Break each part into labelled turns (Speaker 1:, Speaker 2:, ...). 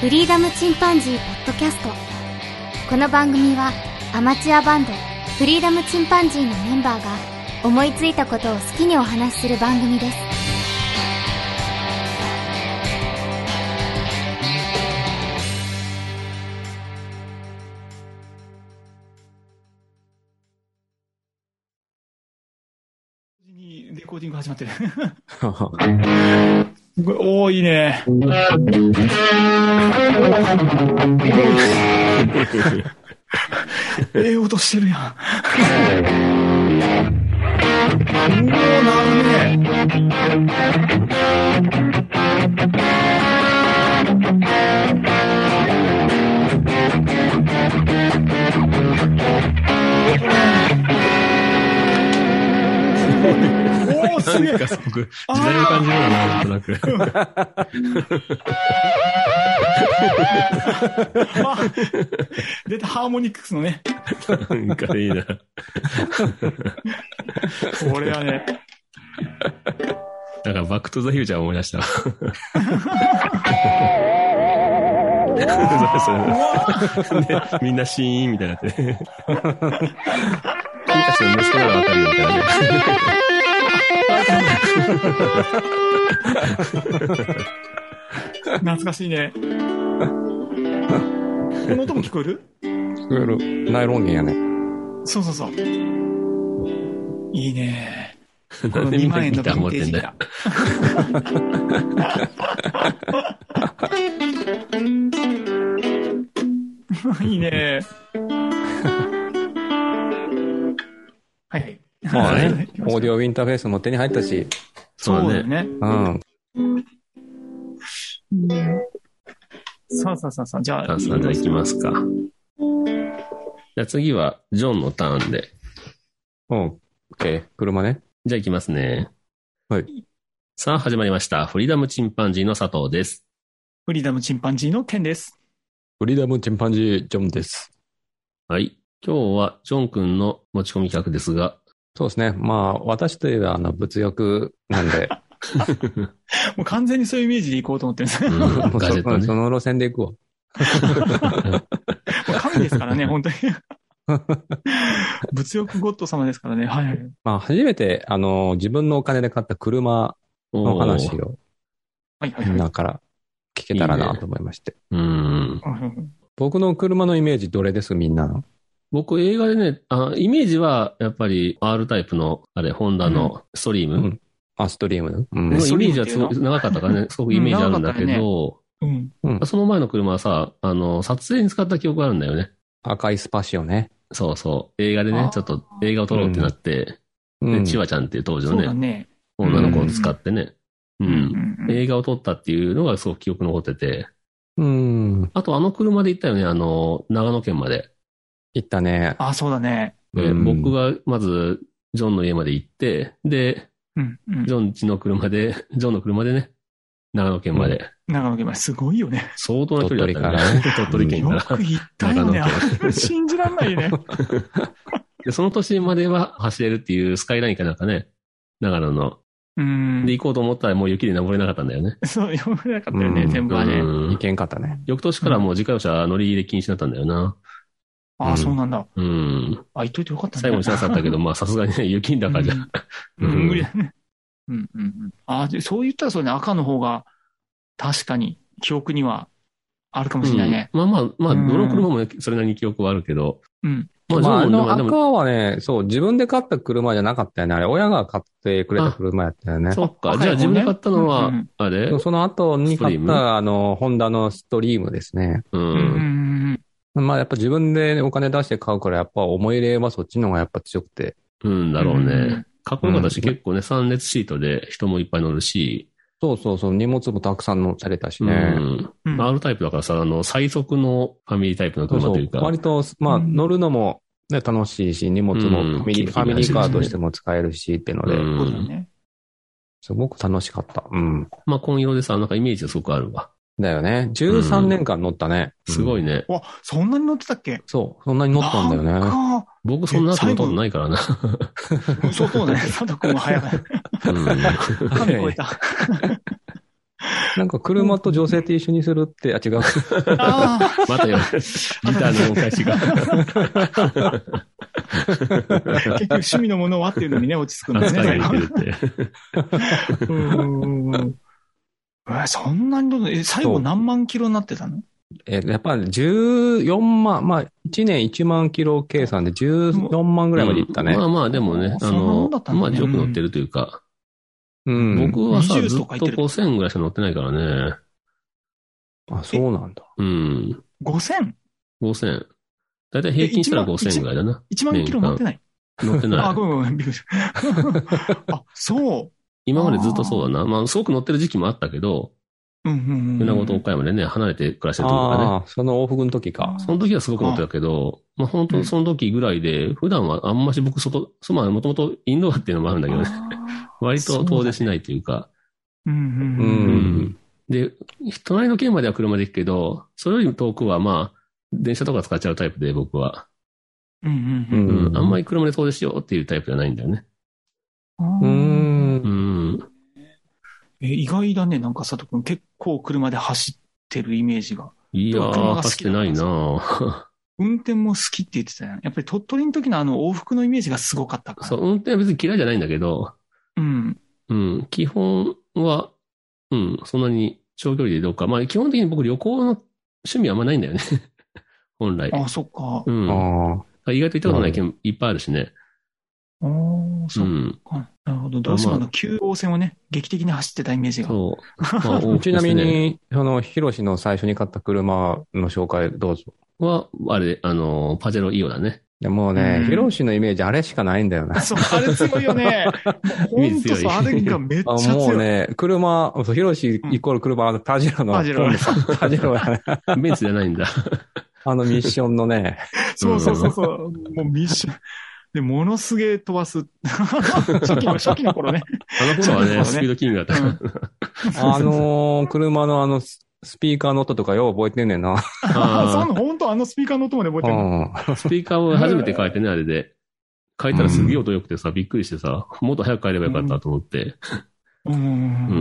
Speaker 1: フリーダムチンパンジーポッドキャストこの番組はアマチュアバンドフリーダムチンパンジーのメンバーが思いついたことを好きにお話しする番組です
Speaker 2: にレコーディング始まってる。 おー、いいね。 ええ音してるやん。うおー、なるね。おー、すげ
Speaker 3: な
Speaker 2: え
Speaker 3: ん。かすごく時代を感じるよな、なんとなく。
Speaker 2: あ出た、ハーモニックスのね。
Speaker 3: なんかいいな。
Speaker 2: これはね。
Speaker 3: だから、バックトゥザフューチャー思い出した。そうそうでみんなシーンみたいに なってね。君たちの息子ならわかるよみたいなね。
Speaker 2: 懐かしいね。この音も聞こえる
Speaker 4: 聞こえる。ナイロン弦やね。
Speaker 2: そうそうそう。いいね。こ
Speaker 3: なん
Speaker 2: の
Speaker 3: でみ
Speaker 2: 2
Speaker 3: んな
Speaker 2: 万円
Speaker 3: ギ
Speaker 2: のヴ
Speaker 3: ター
Speaker 2: ィ
Speaker 3: 持
Speaker 2: ン
Speaker 3: っ
Speaker 2: テー
Speaker 3: て
Speaker 2: ジ
Speaker 3: ん
Speaker 2: ギ
Speaker 3: だ
Speaker 2: タ
Speaker 3: よ。
Speaker 2: ー。 いいね。はいはい。、
Speaker 4: まあね オーディオインターフェースも手に入ったし、
Speaker 2: そうだよ
Speaker 3: ね。
Speaker 2: ね。
Speaker 4: うん。
Speaker 2: さあさあさあさあ、じゃ
Speaker 3: さ
Speaker 2: あ
Speaker 3: あ、、さあ、じゃあ行きますか。じゃあ次は、ジョンのターンで。
Speaker 4: うん。オッケー。車ね。
Speaker 3: じゃあ行きますね。
Speaker 4: はい。
Speaker 3: さあ、始まりました。フリーダムチンパンジーの佐藤です。
Speaker 2: フリーダムチンパンジーの天です。
Speaker 4: フリーダムチンパンジー、ジョンです。
Speaker 3: はい。今日は、ジョン君の持ち込み企画です が、
Speaker 4: そうですね。まあ、私といえば、あの、物欲なんで、
Speaker 2: もう完全にそういうイメージでいこうと思ってるんです。
Speaker 3: う
Speaker 2: もうん
Speaker 4: もう
Speaker 3: ガジェット
Speaker 4: そ
Speaker 3: ね
Speaker 4: そ。の路線で行く
Speaker 2: 神です からね、本当に。物欲ゴッド様ですからね。はいはい。
Speaker 4: わ。まあ、初めて、あの、自分のお金で買った車の話
Speaker 3: おー
Speaker 4: を、
Speaker 2: はいはい
Speaker 4: みんなから聞けたらなと思いまして。
Speaker 3: うん。
Speaker 2: うん
Speaker 4: 僕の車のイメージどれですみんなの。
Speaker 3: 僕、映画でね、あイメージは、やっぱり、R タイプの、あれ、ホンダのストリーム。
Speaker 4: うんアストリームの。うん
Speaker 3: の
Speaker 2: ね
Speaker 3: イメージはすごく長かったから ね、すごくイメージあるんだけ
Speaker 2: うん
Speaker 3: ど、
Speaker 2: うん。
Speaker 3: その前の車はさ、あの、撮影に使った記憶があるんだよね。
Speaker 4: 赤いスパシオね。
Speaker 3: そうそう。映画で
Speaker 2: あ
Speaker 3: ね
Speaker 2: ー、
Speaker 3: ちょっと映画を撮ろうってなって、
Speaker 4: うん
Speaker 3: で、チワちゃんっていう当時
Speaker 2: そ
Speaker 3: の
Speaker 2: うだ
Speaker 3: ね、
Speaker 2: ね。
Speaker 3: 女の子を使ってね、
Speaker 2: う
Speaker 3: う。
Speaker 2: んん
Speaker 3: 映画を撮ったっていうのがすごく記憶残ってて、
Speaker 4: うん。
Speaker 3: あとあの車で行ったよね、あの、長野県まで。
Speaker 4: 行ったね。
Speaker 2: あ、そうだね。
Speaker 3: で
Speaker 4: うん
Speaker 3: 僕がまず、ジョンの家まで行って、で、
Speaker 2: うん。うん
Speaker 3: ジョン家の車で、ジョンの車でね、長野県まで。
Speaker 2: 長野県まですごいよね。
Speaker 3: 相当な距離だったよね。鳥取
Speaker 4: 鳥取
Speaker 3: 県
Speaker 4: 県
Speaker 3: か
Speaker 2: よ
Speaker 3: ら。
Speaker 2: く行ったよね
Speaker 3: 長。
Speaker 2: 信じらんないよね。
Speaker 3: で、その年までは走れるっていうスカイラインかなんかね、長野の。
Speaker 2: うん
Speaker 3: で、。行こうと思ったらもう雪で登れなかったんだよね。
Speaker 2: そう、読めなかったよね、
Speaker 4: うん
Speaker 2: 全部はね。
Speaker 3: うん
Speaker 4: 行けんかったね。
Speaker 3: 翌年からもう自家用車乗り入れ禁止になったんだよな。
Speaker 2: あそうなんだ。
Speaker 3: うん。
Speaker 2: あ、言っといてよかったね。
Speaker 3: 最後にしなかったけど、まあさすがにね、雪だからじゃ。
Speaker 2: うん
Speaker 3: うん
Speaker 2: 無理だね。うんうんうん。あでそう言ったらそうね、赤の方が、確かに、記憶には、あるかもしれないね。
Speaker 3: うんまあまあ、
Speaker 2: う
Speaker 3: ま
Speaker 2: ん
Speaker 3: あ、どの車もねそれなりに記憶はあるけど。
Speaker 2: うん。
Speaker 3: まあ、ジ
Speaker 4: まあ、あ
Speaker 3: ョンも
Speaker 4: の
Speaker 3: ねでも、
Speaker 4: 赤はね、そう、自分で買った車じゃなかったよね。あれ、親が買ってくれた車やったよね。
Speaker 3: そっか。
Speaker 2: 赤
Speaker 3: じ
Speaker 2: い
Speaker 3: ゃ
Speaker 2: 方ね
Speaker 3: あ自分で買ったのは
Speaker 2: うんうん、
Speaker 3: あれ
Speaker 4: そうその後に
Speaker 3: スト
Speaker 4: 買
Speaker 3: リー
Speaker 4: っ
Speaker 3: ム
Speaker 4: た、あの、ホンダのストリームですね。
Speaker 3: う。
Speaker 2: うんうんうんん
Speaker 4: まあ、やっぱ自分でお金出して買うから、やっぱ思い入れはそっちの方がやっぱ強くて。
Speaker 3: うんだろう
Speaker 2: うん
Speaker 3: ね。かっこよかったし、
Speaker 4: うん
Speaker 3: 結構ね、3列シートで人もいっぱい乗るし、
Speaker 4: そうそうそう、荷物もたくさん乗されたし
Speaker 3: う
Speaker 4: ね。
Speaker 3: ん。
Speaker 2: うん。
Speaker 3: R タイプだからさ、あの、最速のファミリータイプの
Speaker 4: そう
Speaker 3: 車
Speaker 4: そ
Speaker 3: という
Speaker 4: う、
Speaker 3: か。
Speaker 4: 割と、まあ、
Speaker 2: うん
Speaker 4: 乗るのも、ね、楽しいし、荷物も
Speaker 3: うん
Speaker 4: ファミリー
Speaker 3: 気
Speaker 4: ファ
Speaker 3: に
Speaker 4: ミ
Speaker 3: なる
Speaker 4: リ
Speaker 3: し
Speaker 4: ーカーとしても使えるしっていうの
Speaker 3: う
Speaker 4: で、
Speaker 2: そうだ
Speaker 3: ん。
Speaker 2: ね。
Speaker 4: すごく楽しかった。うん。
Speaker 3: まあ、紺色でさ、なんかイメージがすごくあるわ。
Speaker 4: だよね。13年間乗ったね。
Speaker 3: すご
Speaker 4: い。
Speaker 3: いね。
Speaker 2: わ、そんなに乗ってたっけ
Speaker 4: そう、そんなに乗ったんだよね。
Speaker 2: なんか
Speaker 3: 僕そんな後乗ったことないからな。
Speaker 2: そうそうだね。佐藤君は早かった。
Speaker 3: うん
Speaker 2: 神超えた。
Speaker 4: なんか車と女性と一緒にするって、あ、違う。
Speaker 2: ああ、
Speaker 3: ま たよ。ギターのお返しが。
Speaker 2: 結局趣味のものはっていうのにね、落ち着くんです
Speaker 3: 扱
Speaker 2: ね。
Speaker 3: いが似てるって。
Speaker 2: うんうんうんえ、そんなにどんどん、え、最後何万キロになってたの
Speaker 4: えやっぱ14万、まあ、1年1万キロ計算で14万ぐらいまでいったね
Speaker 3: ま。あまあ、でもね、
Speaker 2: そ
Speaker 3: あ
Speaker 2: んなも
Speaker 3: の
Speaker 2: んだっ、たんだ
Speaker 3: ま
Speaker 2: ね
Speaker 3: あ、よく乗ってるというか、
Speaker 4: うん。
Speaker 3: 僕はさ、
Speaker 2: 20
Speaker 3: ずっ
Speaker 2: と
Speaker 3: と
Speaker 2: か言ってる
Speaker 3: 5000ぐらいしか乗ってないからね。
Speaker 4: あ、そうなんだ。
Speaker 3: うん。
Speaker 2: ?5000?1
Speaker 3: 5000。だいたい平均したら5000ぐらいだな。
Speaker 2: 万キロ乗ってない。
Speaker 3: 乗って
Speaker 2: あ、
Speaker 3: ない。
Speaker 2: ごめんごめん、びっくりした。 あ、そ
Speaker 3: 今までずっとそうだな。まあ、すごく乗ってる時期もあったけど、
Speaker 2: う。うんうんうん。
Speaker 3: 船本岡山でね、離れて暮らしてるところからね。
Speaker 4: ああ、その往復の時か。
Speaker 3: その時はすごく乗ってたけど、まあ本当その時ぐらいで、普段はあんまし僕外、そうまあもともとインドアっていうのもあるんだけどね。
Speaker 2: あ
Speaker 3: 割と遠出しないというか。
Speaker 2: ーうんう
Speaker 4: うんん
Speaker 2: うん。
Speaker 3: で、隣の県までは車で行くけど、それより遠くはまあ、電車とか使っちゃうタイプで僕は。
Speaker 2: うんう
Speaker 4: う
Speaker 2: ん
Speaker 3: うんん。あんまり車で遠出しようっていうタイプじゃないんだよね。
Speaker 2: ん。
Speaker 4: うー。
Speaker 3: うんん。
Speaker 2: え、意外だね。なんか佐藤くん結構車で走ってるイメージが。
Speaker 3: いや
Speaker 2: 車
Speaker 3: ー、
Speaker 2: が好
Speaker 3: 走っ
Speaker 2: き
Speaker 3: て
Speaker 2: だから
Speaker 3: ないなぁ
Speaker 2: 運転も好きって言ってたよね。やっぱり鳥取の時のあの往復のイメージがすごかったから。
Speaker 3: そう、運転は別に嫌いじゃないんだけど、
Speaker 2: うん。
Speaker 3: うん、基本は、うん、そんなに長距離でどうか。まあ、基本的に僕旅行の趣味はあんまないんだよね。 本来。
Speaker 2: あ、そっか。
Speaker 3: うん。
Speaker 4: あ
Speaker 3: 意外と行ったことない県いっぱいあるしね。
Speaker 2: ああ、
Speaker 3: う
Speaker 2: そっ
Speaker 3: ん。
Speaker 2: か。なるほど。どうしてもあの、9号線をね、劇的に走ってたイメージが。
Speaker 3: そう。 まあ
Speaker 4: あ。ちな
Speaker 3: 往復
Speaker 4: み。
Speaker 3: ですね
Speaker 4: に、その、ヒロシの最初に買った車の紹介どうぞ。
Speaker 3: は、あれ、あの、パジェロイオだね。
Speaker 4: いやもう
Speaker 2: う
Speaker 4: ね
Speaker 2: ん、
Speaker 4: ヒロシのイメージあれしかないんだよな。
Speaker 2: そう、あれ強いよね。ほ
Speaker 3: イメー
Speaker 2: ん
Speaker 3: ジ
Speaker 2: と
Speaker 3: 強い
Speaker 2: そう、あれがめっち
Speaker 4: あ
Speaker 2: ゃ
Speaker 4: も
Speaker 2: 強
Speaker 4: う
Speaker 2: い。
Speaker 4: ね、車、そうヒロシイコール車、あのタジロの、
Speaker 2: タジロ
Speaker 4: タジロやね。
Speaker 3: ベンツじゃないん だ。
Speaker 4: あのミッションのね、
Speaker 2: そうそうそうそう。もうミッション。で、ものすげえ飛ばす。 初期の、初期の頃ね。
Speaker 3: あの頃
Speaker 2: そう
Speaker 3: は
Speaker 2: だね
Speaker 3: ね、スピードキングだった。
Speaker 4: あのー車のあの、ススピーカーの音とかよう覚えてんねんな。
Speaker 2: あ そ
Speaker 3: あ
Speaker 2: うの、ほんとあのスピーカーの音まで覚え
Speaker 4: う
Speaker 2: てる。
Speaker 4: ん。
Speaker 3: ースピーカーを初めて変えてね、あれで。変えたらすげえ音良くてさ、びっくりしてさ、もっと早く変えればよかったと思って。
Speaker 2: うんうん
Speaker 3: う
Speaker 2: う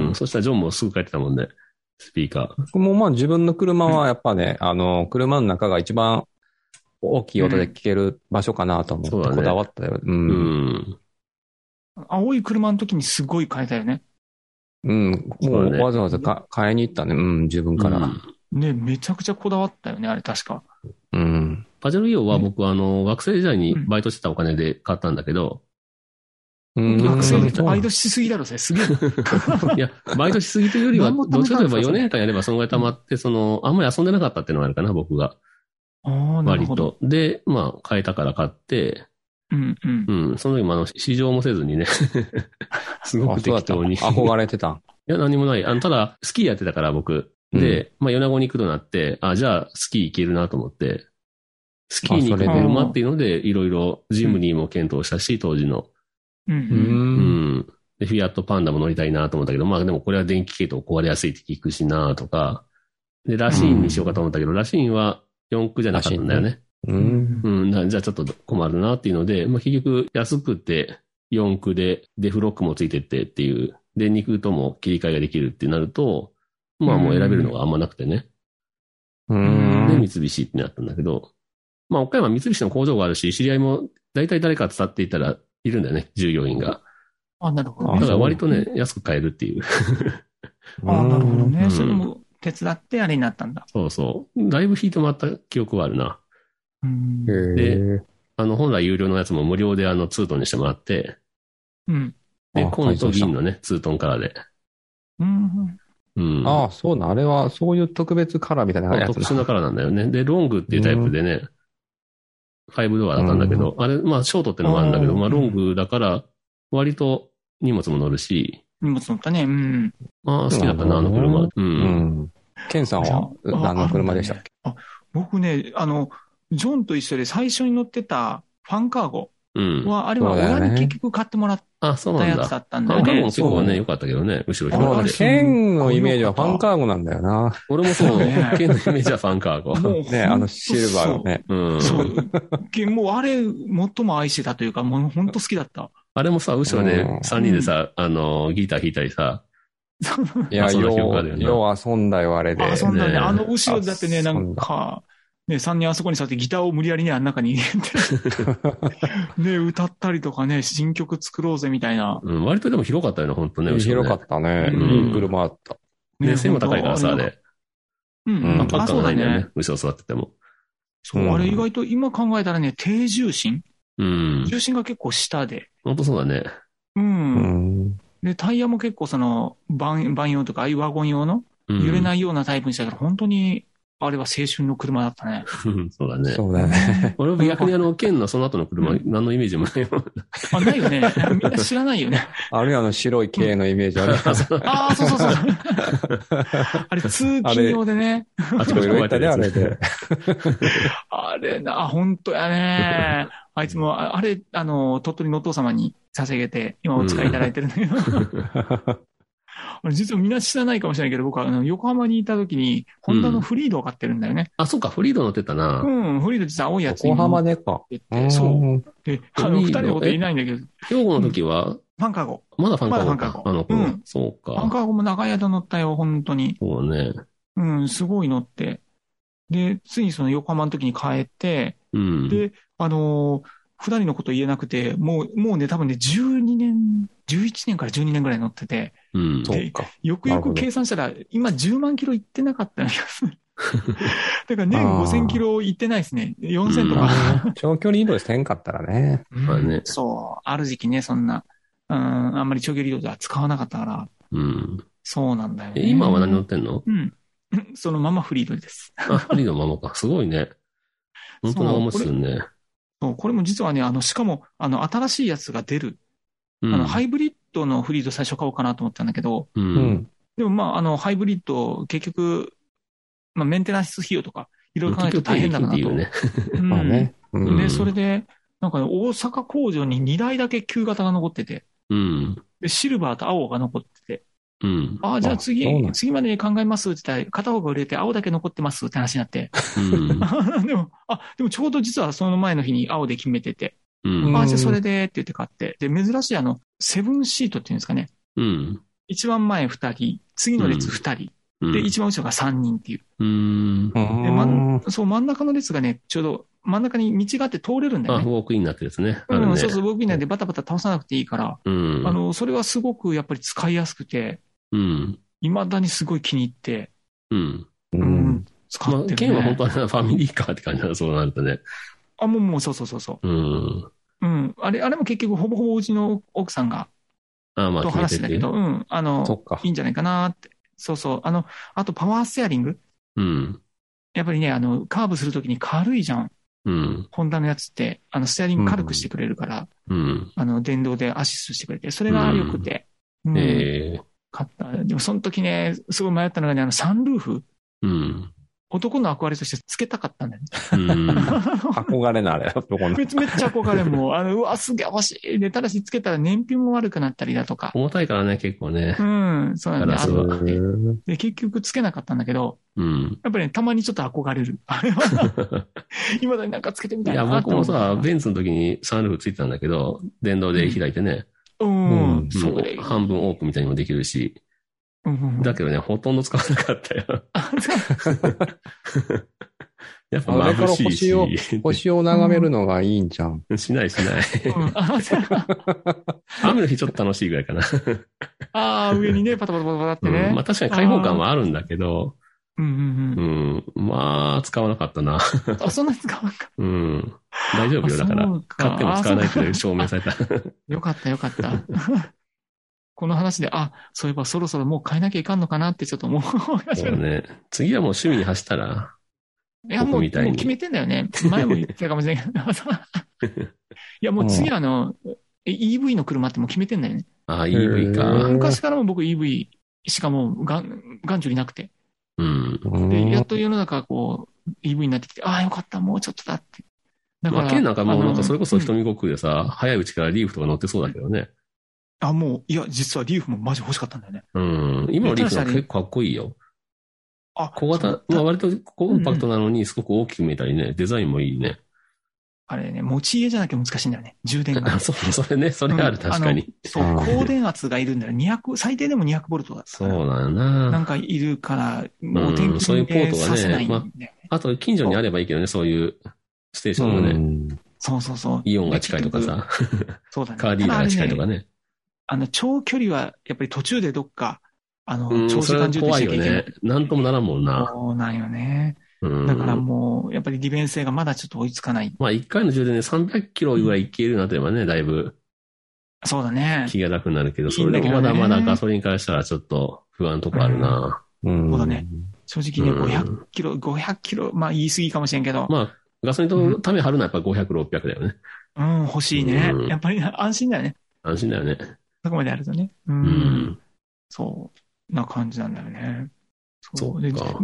Speaker 2: ん
Speaker 3: ん。そしたらジョンもすぐ変えてたもんね。スピーカー。
Speaker 4: 僕もまあ自分の車はやっぱね、あの、車の中が一番大きい音で聞ける場所かなと思って
Speaker 3: うんそうだね
Speaker 4: こだわったよ。う。
Speaker 3: うんん。
Speaker 2: 青い車の時にすごい変えたよね。
Speaker 4: うん。も
Speaker 3: そう
Speaker 4: う
Speaker 3: だね
Speaker 4: わざわざか買いに行ったね。うん、自分から。
Speaker 3: うん
Speaker 2: ね、めちゃくちゃこだわったよね、あれ確か。
Speaker 4: うん。
Speaker 3: パジェロイオは僕はあの、学生時代にバイトしてたお金で買ったんだけど、
Speaker 4: うん
Speaker 2: 学生の時
Speaker 4: そう
Speaker 2: バイトしすぎだろ、それ。すげえ。
Speaker 3: いや、バイトしすぎというよりは、
Speaker 2: 何も
Speaker 3: どっちかといえば
Speaker 2: 貯めたんですか
Speaker 3: 4年間やればそのぐらい溜まって、その、あんまり遊んでなかったっていうのがあるかな、僕が。
Speaker 2: ああ、なる
Speaker 3: 割
Speaker 2: ほど。
Speaker 3: と。で、まあ、買えたから買って、
Speaker 2: うんうん
Speaker 3: う。ん、その時もあ の、試乗もせずにね、すご
Speaker 4: あ
Speaker 3: く
Speaker 4: そうだっ
Speaker 3: 適
Speaker 4: た。
Speaker 3: 当に。
Speaker 4: 憧れてた。
Speaker 3: いや、何もない。あの、ただ、スキーやってたから、僕。で、まあ、米子に行くとなって、あ、じゃあ、スキー行けるなと思って、スキーに行く
Speaker 4: あそれ
Speaker 2: で
Speaker 3: 車っていうので、いろいろ、ジムニーも検討したし、当時の。
Speaker 2: うん
Speaker 4: う。
Speaker 2: うん。
Speaker 3: うんん。で、フィアットパンダも乗りたいなと思ったけど、まあでもこれは電気系統壊れやすいって聞くしなとか、で、ラシーンにしようかと思ったけど、ラシーンは4駆じゃなかったんだよね。
Speaker 4: うん。
Speaker 3: うん、なじゃあちょっと困るなっていうので、まあ結局安くて4駆で、で、フロックもついてってっていう、で、2駆とも切り替えができるってなると、まあもう選べるのがあんまなくてね。
Speaker 4: う
Speaker 3: で、
Speaker 4: ん。
Speaker 3: 三菱ってなったんだけど、まあ岡山は三菱の工場があるし、知り合いも大体誰か伝っていたらいるんだよね、従業員が。
Speaker 2: あ、なるほど
Speaker 4: あ
Speaker 2: ね
Speaker 3: だ。から割と
Speaker 4: そう
Speaker 3: ね、安く買えるっていう。
Speaker 2: ああ、なるほど
Speaker 3: う
Speaker 2: ね。
Speaker 3: ん
Speaker 2: それも手伝ってあれになったんだ。
Speaker 3: そうそう。だいぶ引いてもらった記憶はあるな。
Speaker 2: うん
Speaker 4: へ。ー
Speaker 3: あの、本来有料のやつも無料であの、ツートンにしてもらって、
Speaker 2: うん。
Speaker 3: で、
Speaker 4: あ
Speaker 3: 紺と銀のね、ツートンカラーで。
Speaker 2: うん。
Speaker 3: うん。
Speaker 4: ああ、そうなん。あれは、そういう特別カラーみたいなやつ
Speaker 3: 特
Speaker 4: だ
Speaker 3: 殊なカラーなんだよね。で、ロングっていうタイプでね、ファイブドアだったんだけど、あれ、まあ、ショートってのもあるんだけど、
Speaker 2: うん
Speaker 3: まあ、ロングだから、割と荷物も乗るし、
Speaker 2: 荷物乗ったね。うん。
Speaker 3: ああ、好きだったな、あの車。う。
Speaker 4: うんん。ケンさんは
Speaker 2: あ
Speaker 4: 何の車でしたっけ
Speaker 2: あるんだねあ僕ね、あの、ジョンと一緒で最初に乗ってたファンカーゴ
Speaker 3: うん。
Speaker 2: は、あれは
Speaker 4: そうだよ
Speaker 2: 親
Speaker 4: ね
Speaker 2: に結局買ってもらっ
Speaker 3: あ、そう
Speaker 2: た
Speaker 3: なん
Speaker 2: やつだ
Speaker 3: だ。
Speaker 2: ったんだ
Speaker 3: あ、
Speaker 2: よ
Speaker 3: カゴも
Speaker 2: ね。
Speaker 3: 結構ね、良かったけどね、後ろ
Speaker 4: あ
Speaker 3: 引っ
Speaker 4: の
Speaker 3: 張っ
Speaker 2: あ
Speaker 3: て
Speaker 2: れ。
Speaker 4: ケンのイメージはファンカーゴなんだよな。
Speaker 3: 俺もそう
Speaker 2: そうね、
Speaker 3: ケンのイメージはファンカーゴ。
Speaker 2: もう
Speaker 4: ね、あのシルバーのね。
Speaker 3: うん。
Speaker 2: そう。そう。もうあれ、最も愛してたというか、もう本当好きだった。
Speaker 3: あれもさ、後ろで
Speaker 4: うん
Speaker 3: 3人でさ、あの、ギター弾いたりさ、
Speaker 2: その
Speaker 4: いや、
Speaker 3: そんな評
Speaker 4: よ
Speaker 3: 価だよ
Speaker 4: う、
Speaker 3: ね
Speaker 4: よう遊んだよ、あれで。
Speaker 2: あ、そんなね、
Speaker 3: ね
Speaker 2: あの後ろだってね、
Speaker 4: あ
Speaker 2: なんか、ね、3人あそこに座ってギターを無理やりね、あの中に入れ て、ね、歌ったりとかね、新曲作ろうぜみたいな。
Speaker 3: うん、割とでも広かったよね、本当ね。後ろ
Speaker 4: 広
Speaker 3: ね
Speaker 4: かったね。
Speaker 2: うん
Speaker 4: いい車あった。
Speaker 2: ね
Speaker 3: で、背も高いからさ、あ。
Speaker 2: 本
Speaker 3: れ。
Speaker 2: 当なんか
Speaker 4: うん
Speaker 2: うん、
Speaker 3: パ
Speaker 2: あ、
Speaker 3: ッと
Speaker 2: そう
Speaker 3: な
Speaker 2: だ
Speaker 3: いんだよ
Speaker 2: ね
Speaker 3: ね。。後ろ座ってても。
Speaker 2: そうう、
Speaker 4: ん
Speaker 2: あれ意外と今考えたらね、低重心
Speaker 3: うん。
Speaker 2: 重心が結構下で。
Speaker 3: 本当そうだね。
Speaker 2: う。
Speaker 4: うんん。
Speaker 2: で、タイヤも結構その、バン、バン用とか、ああいうワゴン用の
Speaker 3: うん
Speaker 2: 揺れないようなタイプにしたから、本当に、あれは青春の車だったね。
Speaker 3: うん そうだね。
Speaker 4: そうだね。
Speaker 3: 俺は逆にあの、県のその後の車、
Speaker 2: う
Speaker 3: 何のイメージ もないよ。
Speaker 2: あ、ないよね。みんな知らないよね。
Speaker 4: あるいはあの白い系のイメージある。
Speaker 2: ああ、そうそうそう。あれ、通勤用でね。
Speaker 3: あ
Speaker 4: いろいろ言ったね、あれで。。
Speaker 2: あれな、あ本当やね。あいつも、ああれ、あの、鳥取のお父様に捧げて、今お使いいただいてるんだけど、あれ実はみんな知らないかもしれないけど、僕はあの横浜にいた時に、ホンダのフリードを買ってるんだよね。
Speaker 3: あ、そうか、フリード乗ってたな。
Speaker 2: うん、フリード実は青い やつ
Speaker 4: 横浜でか。
Speaker 2: に乗ってて、そう。
Speaker 4: ん。
Speaker 2: で、あの、
Speaker 3: フリー
Speaker 2: 二
Speaker 3: ド
Speaker 2: 人のこといないんだけど、
Speaker 3: 兵庫の時は、
Speaker 2: ファンカゴ。
Speaker 3: まだファンカー
Speaker 2: まだファンカー
Speaker 3: あの
Speaker 2: う
Speaker 3: 頃
Speaker 2: ん。
Speaker 3: そう
Speaker 2: ファン
Speaker 3: か。
Speaker 2: カゴも長い間乗ったよ、本当に。
Speaker 3: そうね。
Speaker 2: うん、すごい乗って。で、ついにその横浜の時に帰って、
Speaker 3: うん。
Speaker 2: で、あのー二人のこと言えなくて、もう、もうね、多分ね、12年、11年から12年ぐらい乗ってて、
Speaker 3: うん。
Speaker 4: そうか。
Speaker 2: よくよ
Speaker 4: なるほ
Speaker 2: く
Speaker 4: ど
Speaker 2: 計算したら、今10万キロ行ってなかったような気が するだから年
Speaker 4: あー
Speaker 2: 5000キロ行ってないですね。4000と
Speaker 3: うん
Speaker 2: か。
Speaker 4: あー長距離移動してんかったらね。
Speaker 3: まあね
Speaker 2: そう、ある時期ね、そんな、うん、あんまり長距離移動では使わなかったから、
Speaker 3: うん。
Speaker 2: そうなんだよね。
Speaker 3: え今は何乗ってんの
Speaker 2: うん。 そのままフリードです。
Speaker 3: あ、フリードのままか。すごいね。本当長持ちするね。
Speaker 2: そう、これも実はね、あの、しかも、あの、新しいやつが出る。
Speaker 3: うん
Speaker 2: あの、ハイブリッドのフリード最初買おうかなと思ったんだけど、
Speaker 3: う。
Speaker 4: うんん。
Speaker 2: でもまあ、あの、ハイブリッド、結局、まあ、メンテナンス費用とか、いろいろ考えると大変だな
Speaker 3: 結
Speaker 2: と。
Speaker 3: 局定期
Speaker 2: うん
Speaker 4: まあね。う
Speaker 3: うん
Speaker 4: ん。
Speaker 2: で、それで、なんかね、大阪工場に2台だけ旧型が残ってて、
Speaker 3: っていうね。
Speaker 2: で、シルバーと青が残ってて、
Speaker 3: うん。うん。
Speaker 2: ああ、じゃあ次
Speaker 4: あそうなん、だ
Speaker 2: 次までに考えますって言ったら、片方が売れて青だけ残ってますって話になって、
Speaker 3: うん。
Speaker 2: でも、あ、でもちょうど実はその前の日に青で決めてて、
Speaker 3: うん。
Speaker 2: ああ、じゃあそれでって言って買って、で、珍しいあの、セブンシートっていうんですかね、
Speaker 3: うん。
Speaker 2: 一番前2人、次の列2人、
Speaker 3: うん
Speaker 2: で、一番後ろが3人っていう。
Speaker 3: うん。
Speaker 2: で、真
Speaker 4: うん
Speaker 2: ん、そう、真ん中の列がね、ちょうど真ん中に道があって通れるんだ
Speaker 3: あ、
Speaker 2: よ
Speaker 3: ウ
Speaker 2: ね。
Speaker 3: ォークインになってるやつね。あ
Speaker 2: う
Speaker 3: るね
Speaker 2: ん、そうそう、僕みんなでバタバタ倒さなくていいから、
Speaker 3: うん。
Speaker 2: あの、それはすごくやっぱり使いやすくて、
Speaker 3: うん。
Speaker 2: 未だにすごい気に入って、
Speaker 3: うん。
Speaker 4: う。
Speaker 2: うんん、使
Speaker 3: ま
Speaker 2: っ
Speaker 3: あ、
Speaker 2: てる、ね。
Speaker 3: 県は本当はファミリーカーって感じだな、そうなるとね。
Speaker 2: あ、もうもう、そうそうそうそ
Speaker 3: うん。
Speaker 2: う。うん、あれ、あれも結局ほぼほぼうちの奥さんが、
Speaker 3: あ、まあ、
Speaker 2: と
Speaker 3: 決め
Speaker 2: 話
Speaker 3: て
Speaker 2: して
Speaker 3: っ
Speaker 2: んだ
Speaker 3: てい
Speaker 2: けど、
Speaker 3: う。
Speaker 2: うん、あの
Speaker 4: そ、っか
Speaker 2: い。いんじゃないかなって。そうそう。あの、あとパワーステアリング
Speaker 3: うん。
Speaker 2: やっぱりね、あの、カーブするときに軽いじゃん。
Speaker 3: うん。
Speaker 2: ホンダのやつって、あの、ステアリング軽くしてくれるから、
Speaker 3: うん。
Speaker 2: あの、電動でアシストしてくれて、それが良くて、うん
Speaker 3: ええ。
Speaker 2: 買った。でも、その時ね、すごい迷ったのがね、あの、サンルーフ、
Speaker 3: うん。
Speaker 2: 男の憧れとしてつけたかったんだよね。
Speaker 3: うん。
Speaker 4: 憧れのあれ、男の
Speaker 2: めっちゃめっちゃ憧れもう、あの、うわ、すげえ欲しい。で、ただしつけたら燃費も悪くなったりだとか。
Speaker 3: 重たいからね、結構ね
Speaker 2: う。ん、そうなんだ、
Speaker 3: ガラスは
Speaker 2: あってで、結局つけなかったんだけど、
Speaker 3: うん。
Speaker 2: やっぱりね、たまにちょっと憧れる。 あれは、今だになんかつけてみ
Speaker 3: い
Speaker 2: たいな
Speaker 3: や、僕
Speaker 2: と思
Speaker 3: も
Speaker 2: った
Speaker 3: さ、ベンツの時にサンルーフついてたんだけど、電動で開いてね、
Speaker 2: うん、
Speaker 4: うん
Speaker 2: そ
Speaker 3: も
Speaker 2: れ
Speaker 3: う。半分オープンみたいにもできるし、
Speaker 2: うん
Speaker 3: だけどね、ほとんど使わなかったよ。 やっぱ
Speaker 4: あれから
Speaker 3: 眩しい
Speaker 4: 星を
Speaker 3: し、
Speaker 4: 星を眺めるのがいいんじゃん。
Speaker 3: しないしない。
Speaker 2: うんあそう
Speaker 3: 雨の日ちょっと楽しいぐらいかな。
Speaker 2: あー、上にね、パタパタパタパタって
Speaker 3: う
Speaker 2: ね
Speaker 3: ん。まあ確かに開放感はあるんだけど、
Speaker 2: うんうん
Speaker 3: う
Speaker 2: うん
Speaker 3: ん。まあ、使わなかったな。
Speaker 2: あ、そんなに使 わんか。
Speaker 3: うん。大丈夫よ。だから
Speaker 2: あそう、か
Speaker 3: 買っても使わないって
Speaker 2: あそ
Speaker 3: 証明 された。
Speaker 2: よかった、よかった。 この話で、あ、そういえばそろそろもう変えなきゃいかんのかなってちょっと思う。
Speaker 3: そうね。次はもう趣味に走ったら、
Speaker 2: いや、もう、
Speaker 3: 僕
Speaker 2: もう
Speaker 3: みたいに
Speaker 2: 決めてんだよね。前も言ってたかもしれないけど。 いや、もう次あの、え EV の車ってもう決めてんだよね。
Speaker 3: ああ、EV
Speaker 4: へー
Speaker 3: か。
Speaker 2: 昔からも僕 EV しかもうがん、頑丈になくて。
Speaker 3: うん。
Speaker 2: で、やっ
Speaker 4: う
Speaker 2: と世の中こう、EV になってきて、ああ、よかった、もうちょっとだって。だ
Speaker 3: まあ、県なんかもうなんかそれこそ
Speaker 2: あのうん
Speaker 3: 瞳悟空でさ、早いうちからリーフとか乗ってそうだけどね。
Speaker 2: あ、もう、いや、実はリーフもマジ欲しかったんだよね。
Speaker 3: うん。今のリーフは結構かっこいいよ。
Speaker 2: あ、
Speaker 3: 小型、まあ割とコンパクトなのにすごく大きく見えたりね、デザインもいいね。
Speaker 2: あれね、持ち家じゃなきゃ難しいんだよね。充電が
Speaker 3: あ、。 そう、それね、それある、
Speaker 2: うん
Speaker 3: 確かに。
Speaker 2: そう
Speaker 4: うん、
Speaker 2: 高電圧がいるんだよ。200、最低でも200ボルトだった
Speaker 3: そ
Speaker 2: から。
Speaker 3: うなんや
Speaker 2: なん
Speaker 3: な。
Speaker 2: かいるから、もう
Speaker 3: う
Speaker 2: 天
Speaker 3: んそうい
Speaker 2: 気
Speaker 3: うポー
Speaker 2: で
Speaker 3: トがね
Speaker 2: させないんだよね。
Speaker 3: あと、近所にあればいいけどね、そういうステーションがね、
Speaker 2: そうそうそう。
Speaker 3: イオンが近いとかさ、
Speaker 2: そうだね。
Speaker 3: カーディーナーが近いと
Speaker 2: ただあ
Speaker 3: か
Speaker 2: れね。
Speaker 3: ね。
Speaker 2: あの、長距離はやっぱり途中でどっか、あの
Speaker 3: う、
Speaker 2: 長
Speaker 3: ん、
Speaker 2: 時
Speaker 3: それは
Speaker 2: 間充電
Speaker 3: 怖
Speaker 2: し
Speaker 3: い
Speaker 2: なき
Speaker 3: よ
Speaker 2: ゃいけない
Speaker 3: ね。。なんともならんもんな。
Speaker 2: そうなんよね。
Speaker 3: うん。
Speaker 2: だからもう、やっぱり利便性がまだちょっと追いつかない。
Speaker 3: まあ、一回の充電で300キロぐらいいけるようになってればね、だいぶ
Speaker 2: そうだね。
Speaker 3: 気が楽になるけど、
Speaker 2: いい
Speaker 3: そ
Speaker 2: んだ
Speaker 3: れで
Speaker 2: けどね
Speaker 3: もまだまだガソリンからしたらちょっと不安とかあるな。
Speaker 4: うん
Speaker 2: そうだね。正直ね、
Speaker 3: うん
Speaker 2: 500キロ、500キロ、まあ言い過ぎかもしれんけど、
Speaker 3: まあ、ガソリンとため張るのはやっぱ500、600だよね。
Speaker 2: うん、欲しいね
Speaker 3: うん。
Speaker 2: やっぱり安心だよね。
Speaker 3: 安心だよね。
Speaker 2: そこまでやるとね。う。
Speaker 3: うんん。
Speaker 2: そう、な感じなんだよね。
Speaker 3: そう
Speaker 2: で
Speaker 3: か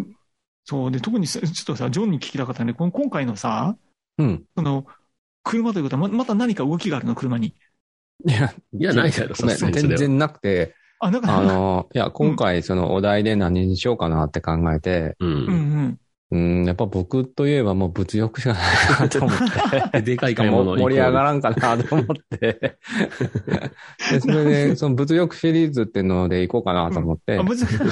Speaker 2: そうで、特にさちょっとさ、ジョンに聞きたかったんで、この今回のさ、
Speaker 4: うん。
Speaker 2: その、車ということはま、また何か動きがあるの、車に。
Speaker 4: いや、
Speaker 3: いや、ないだろ、
Speaker 4: ご
Speaker 3: さ
Speaker 4: めん
Speaker 3: すがにそ
Speaker 4: 全
Speaker 3: れは。
Speaker 4: 然なくて、
Speaker 2: あ、なんか、
Speaker 4: あの、いや、今回そのお題で何にしようかなって考えて、
Speaker 3: う。
Speaker 2: うんん
Speaker 4: うん、やっぱ僕といえばもう物欲しかないなと思って。
Speaker 3: でかい買い
Speaker 4: も
Speaker 3: 物
Speaker 4: 盛り上が
Speaker 3: ら
Speaker 4: らんかなと思 って。でそれで、その物欲シリーズっていうので行こうかなと思っ
Speaker 2: う
Speaker 4: て
Speaker 2: ん。あ、。別に、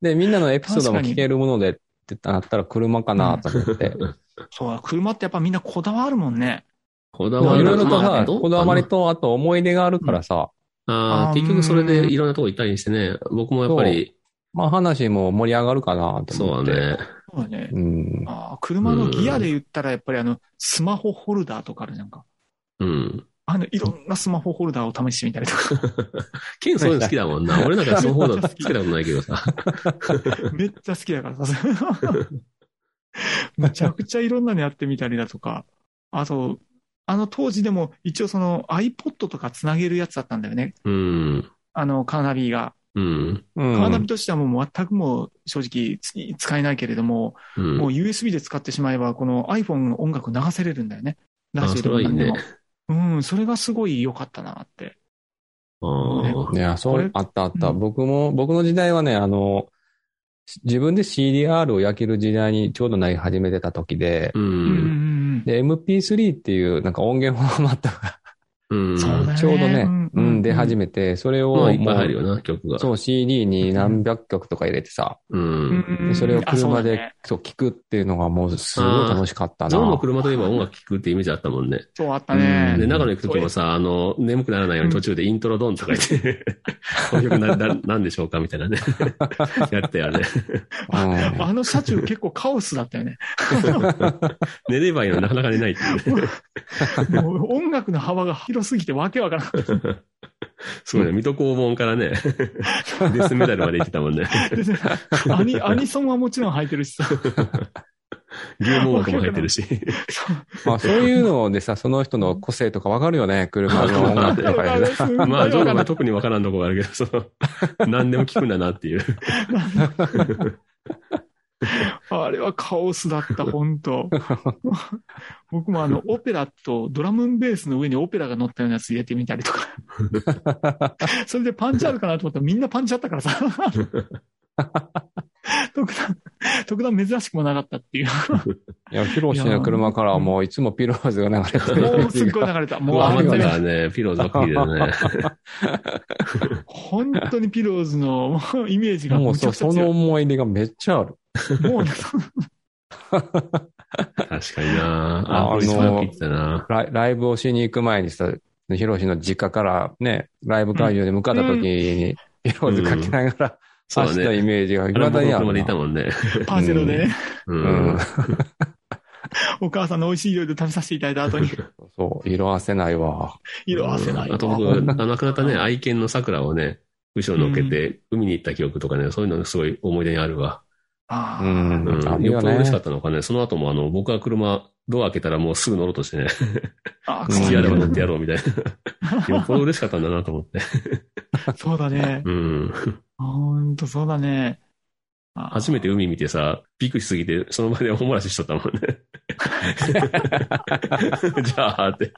Speaker 4: で、みんなのエピソードも聞けるものでってなったら車かなと思って。
Speaker 2: そうだ、車ってやっぱみんなこだわるもんね。
Speaker 3: こだ
Speaker 4: い
Speaker 3: わ
Speaker 4: ろ
Speaker 3: り
Speaker 4: い
Speaker 2: まあ
Speaker 4: ろと
Speaker 2: ま
Speaker 4: さ、こだわり。と、あと思い出があるからさ、
Speaker 3: ああ、結局それでいろんなとこ行ったりしてね、僕もやっぱり、
Speaker 4: まあ話も盛り上がるかなと
Speaker 3: そ
Speaker 4: 思
Speaker 3: う
Speaker 4: って。
Speaker 3: だね。
Speaker 2: そうだね。
Speaker 4: うん。
Speaker 2: あー車のギアで言ったら、やっぱりあの、スマホホルダーとかあるじゃんか。
Speaker 3: うん。
Speaker 2: あの、いろんなスマホホルダーを試してみたりとか、
Speaker 3: ケンそういうの好きだもんな。俺なんかそういう方だとつけたことないけどさ。
Speaker 2: めっちゃ好きだからさ、 めちゃくちゃいろんなのやってみたりだとか、あと、あの当時でも一応その iPod とかつなげるやつだったんだよね。
Speaker 3: うん。
Speaker 2: あの、カーナビが。
Speaker 3: うん。
Speaker 4: う
Speaker 2: カーナビ
Speaker 4: ん。
Speaker 2: としてはもう全くもう正直つ使えないけれども、
Speaker 3: うん。
Speaker 2: もう USB で使ってしまえば、この iPhone の音楽流せれるんだよね。ラ
Speaker 3: あ
Speaker 2: ジオ
Speaker 3: そ
Speaker 2: で
Speaker 3: れ
Speaker 2: も
Speaker 3: はいい
Speaker 2: 何で
Speaker 3: ね
Speaker 2: も。。うん、それがすごい良かったなって。
Speaker 3: ああ
Speaker 4: いや、そ
Speaker 2: こ
Speaker 4: う
Speaker 2: れ、
Speaker 4: あったあった。
Speaker 2: うん
Speaker 4: 僕も、僕の時代はね、あの、自分で CDR を焼ける時代にちょうどなり始めてた時で、
Speaker 3: う
Speaker 2: うんうん
Speaker 3: ん。
Speaker 2: うん
Speaker 4: で、MP3 っていうなんか音源フォーマットが
Speaker 3: うん。
Speaker 2: そうだよね。
Speaker 4: ちょうどね、
Speaker 2: ん
Speaker 4: うん、出始めて、それを
Speaker 3: ま
Speaker 4: も
Speaker 3: あ
Speaker 4: う、
Speaker 3: いっぱい入るよな、曲が。。
Speaker 4: そうう、CD に何百曲とか入れてさ、
Speaker 3: う。
Speaker 2: うんんう
Speaker 4: で
Speaker 2: ん
Speaker 4: それを
Speaker 2: あそう
Speaker 4: 車
Speaker 2: だ
Speaker 4: で
Speaker 2: ね
Speaker 4: そう聞くっていうのがもうすごい楽しかった
Speaker 3: ゾ
Speaker 4: な。
Speaker 3: ウの車といえば音楽聴くってイメージあったもんね。
Speaker 2: そうあったね。
Speaker 3: で、長野行くときもさ、あの、眠くならないように途中でイントロドンとか言って、 この曲な、な、なんでしょうかみたいなね。 やってあれ。
Speaker 4: うん
Speaker 2: あの車中結構カオスだったよね。
Speaker 3: 寝ればいいのになかなか寝ないっていう ね。
Speaker 2: もう音楽の幅が広すぎてわけわからなく
Speaker 3: そうね、水戸黄門からね、デスメダルまで行ってたもんね。
Speaker 2: てね、ア ニ、アニソンはもちろん入ってるしさ。
Speaker 3: 牛門枠も入ってるし。
Speaker 4: まあそういうのでさ、その人の個性とかわかるよね、車の音楽とかでね。
Speaker 3: ま
Speaker 2: ま
Speaker 3: あ、ゾウの場合
Speaker 2: な
Speaker 3: 特にわからんとこがあるけど、その、何でも聞くんだなっていう。
Speaker 2: あれはカオスだった、本 当僕もあの、オペラとドラムンベースの上にオペラが乗ったようなやつ入れてみたりと か。それでパンチあるかなと思ったらみんなパンチあったから さ。特段、特段珍しくもなかったって いう。
Speaker 4: いや、ヒロシの車からはもういつもピローズが流れて
Speaker 2: もうすっ
Speaker 4: る。
Speaker 2: ごい流れた。も
Speaker 3: も
Speaker 2: う
Speaker 3: う
Speaker 2: あ
Speaker 3: 余
Speaker 2: れ
Speaker 3: っ
Speaker 2: だ
Speaker 3: た
Speaker 2: ね
Speaker 3: からね、ピローズばっかりだよね。
Speaker 2: 本当にピローズの もうイメージが
Speaker 4: もう
Speaker 2: むち
Speaker 4: そ
Speaker 2: ゃ
Speaker 4: う
Speaker 2: くちゃ
Speaker 4: その
Speaker 2: 強い。
Speaker 4: 思い出がめっちゃある。
Speaker 2: もう ね、
Speaker 3: 確かにな
Speaker 4: あ
Speaker 3: あ、これ一番聞いてたな
Speaker 4: ライライブをしに行く前にさ、ヒロシの実家からね、ライブ会場に向かった時に、ピローズかけながら、
Speaker 3: そう
Speaker 4: 走
Speaker 3: だ
Speaker 4: った
Speaker 3: ね。
Speaker 4: イメージがい
Speaker 3: あれ
Speaker 4: まだ
Speaker 3: 僕
Speaker 4: に
Speaker 3: の
Speaker 4: ある
Speaker 3: 車でいた
Speaker 4: な。
Speaker 3: もんね。
Speaker 2: パーセロでね、
Speaker 3: う
Speaker 4: うん
Speaker 3: ん。。
Speaker 2: お母さんの美味しい料理を食べさせていただいた 後に、
Speaker 4: そう、色褪せないわ。
Speaker 2: 色褪せないわ。
Speaker 3: あと僕、あの亡くなったね、愛犬の桜をね、後ろ乗っけて、海に行った記憶とかね、そういうのがすごい思い出にあるわ。
Speaker 2: あ
Speaker 4: う
Speaker 2: ー
Speaker 4: ん
Speaker 3: う。ん。
Speaker 4: ある
Speaker 3: よ
Speaker 4: よ
Speaker 3: っぽど嬉しかっ
Speaker 4: ね。
Speaker 3: たのかね、その後もあの、僕は車、ドア開けたらもうすぐ乗ろうとしてね、
Speaker 2: あー、
Speaker 4: うん
Speaker 3: 次あれ
Speaker 2: そ
Speaker 3: ば
Speaker 2: う
Speaker 3: 乗ってやろうみたいな。よっぽど嬉しかったんだなと思って。
Speaker 2: そうだね。
Speaker 3: うん。
Speaker 2: ほんとそうだね。あー
Speaker 3: 初めて海見てさ、びっくりしすぎて、その場で お漏らししとったもん ね。じゃあ、って。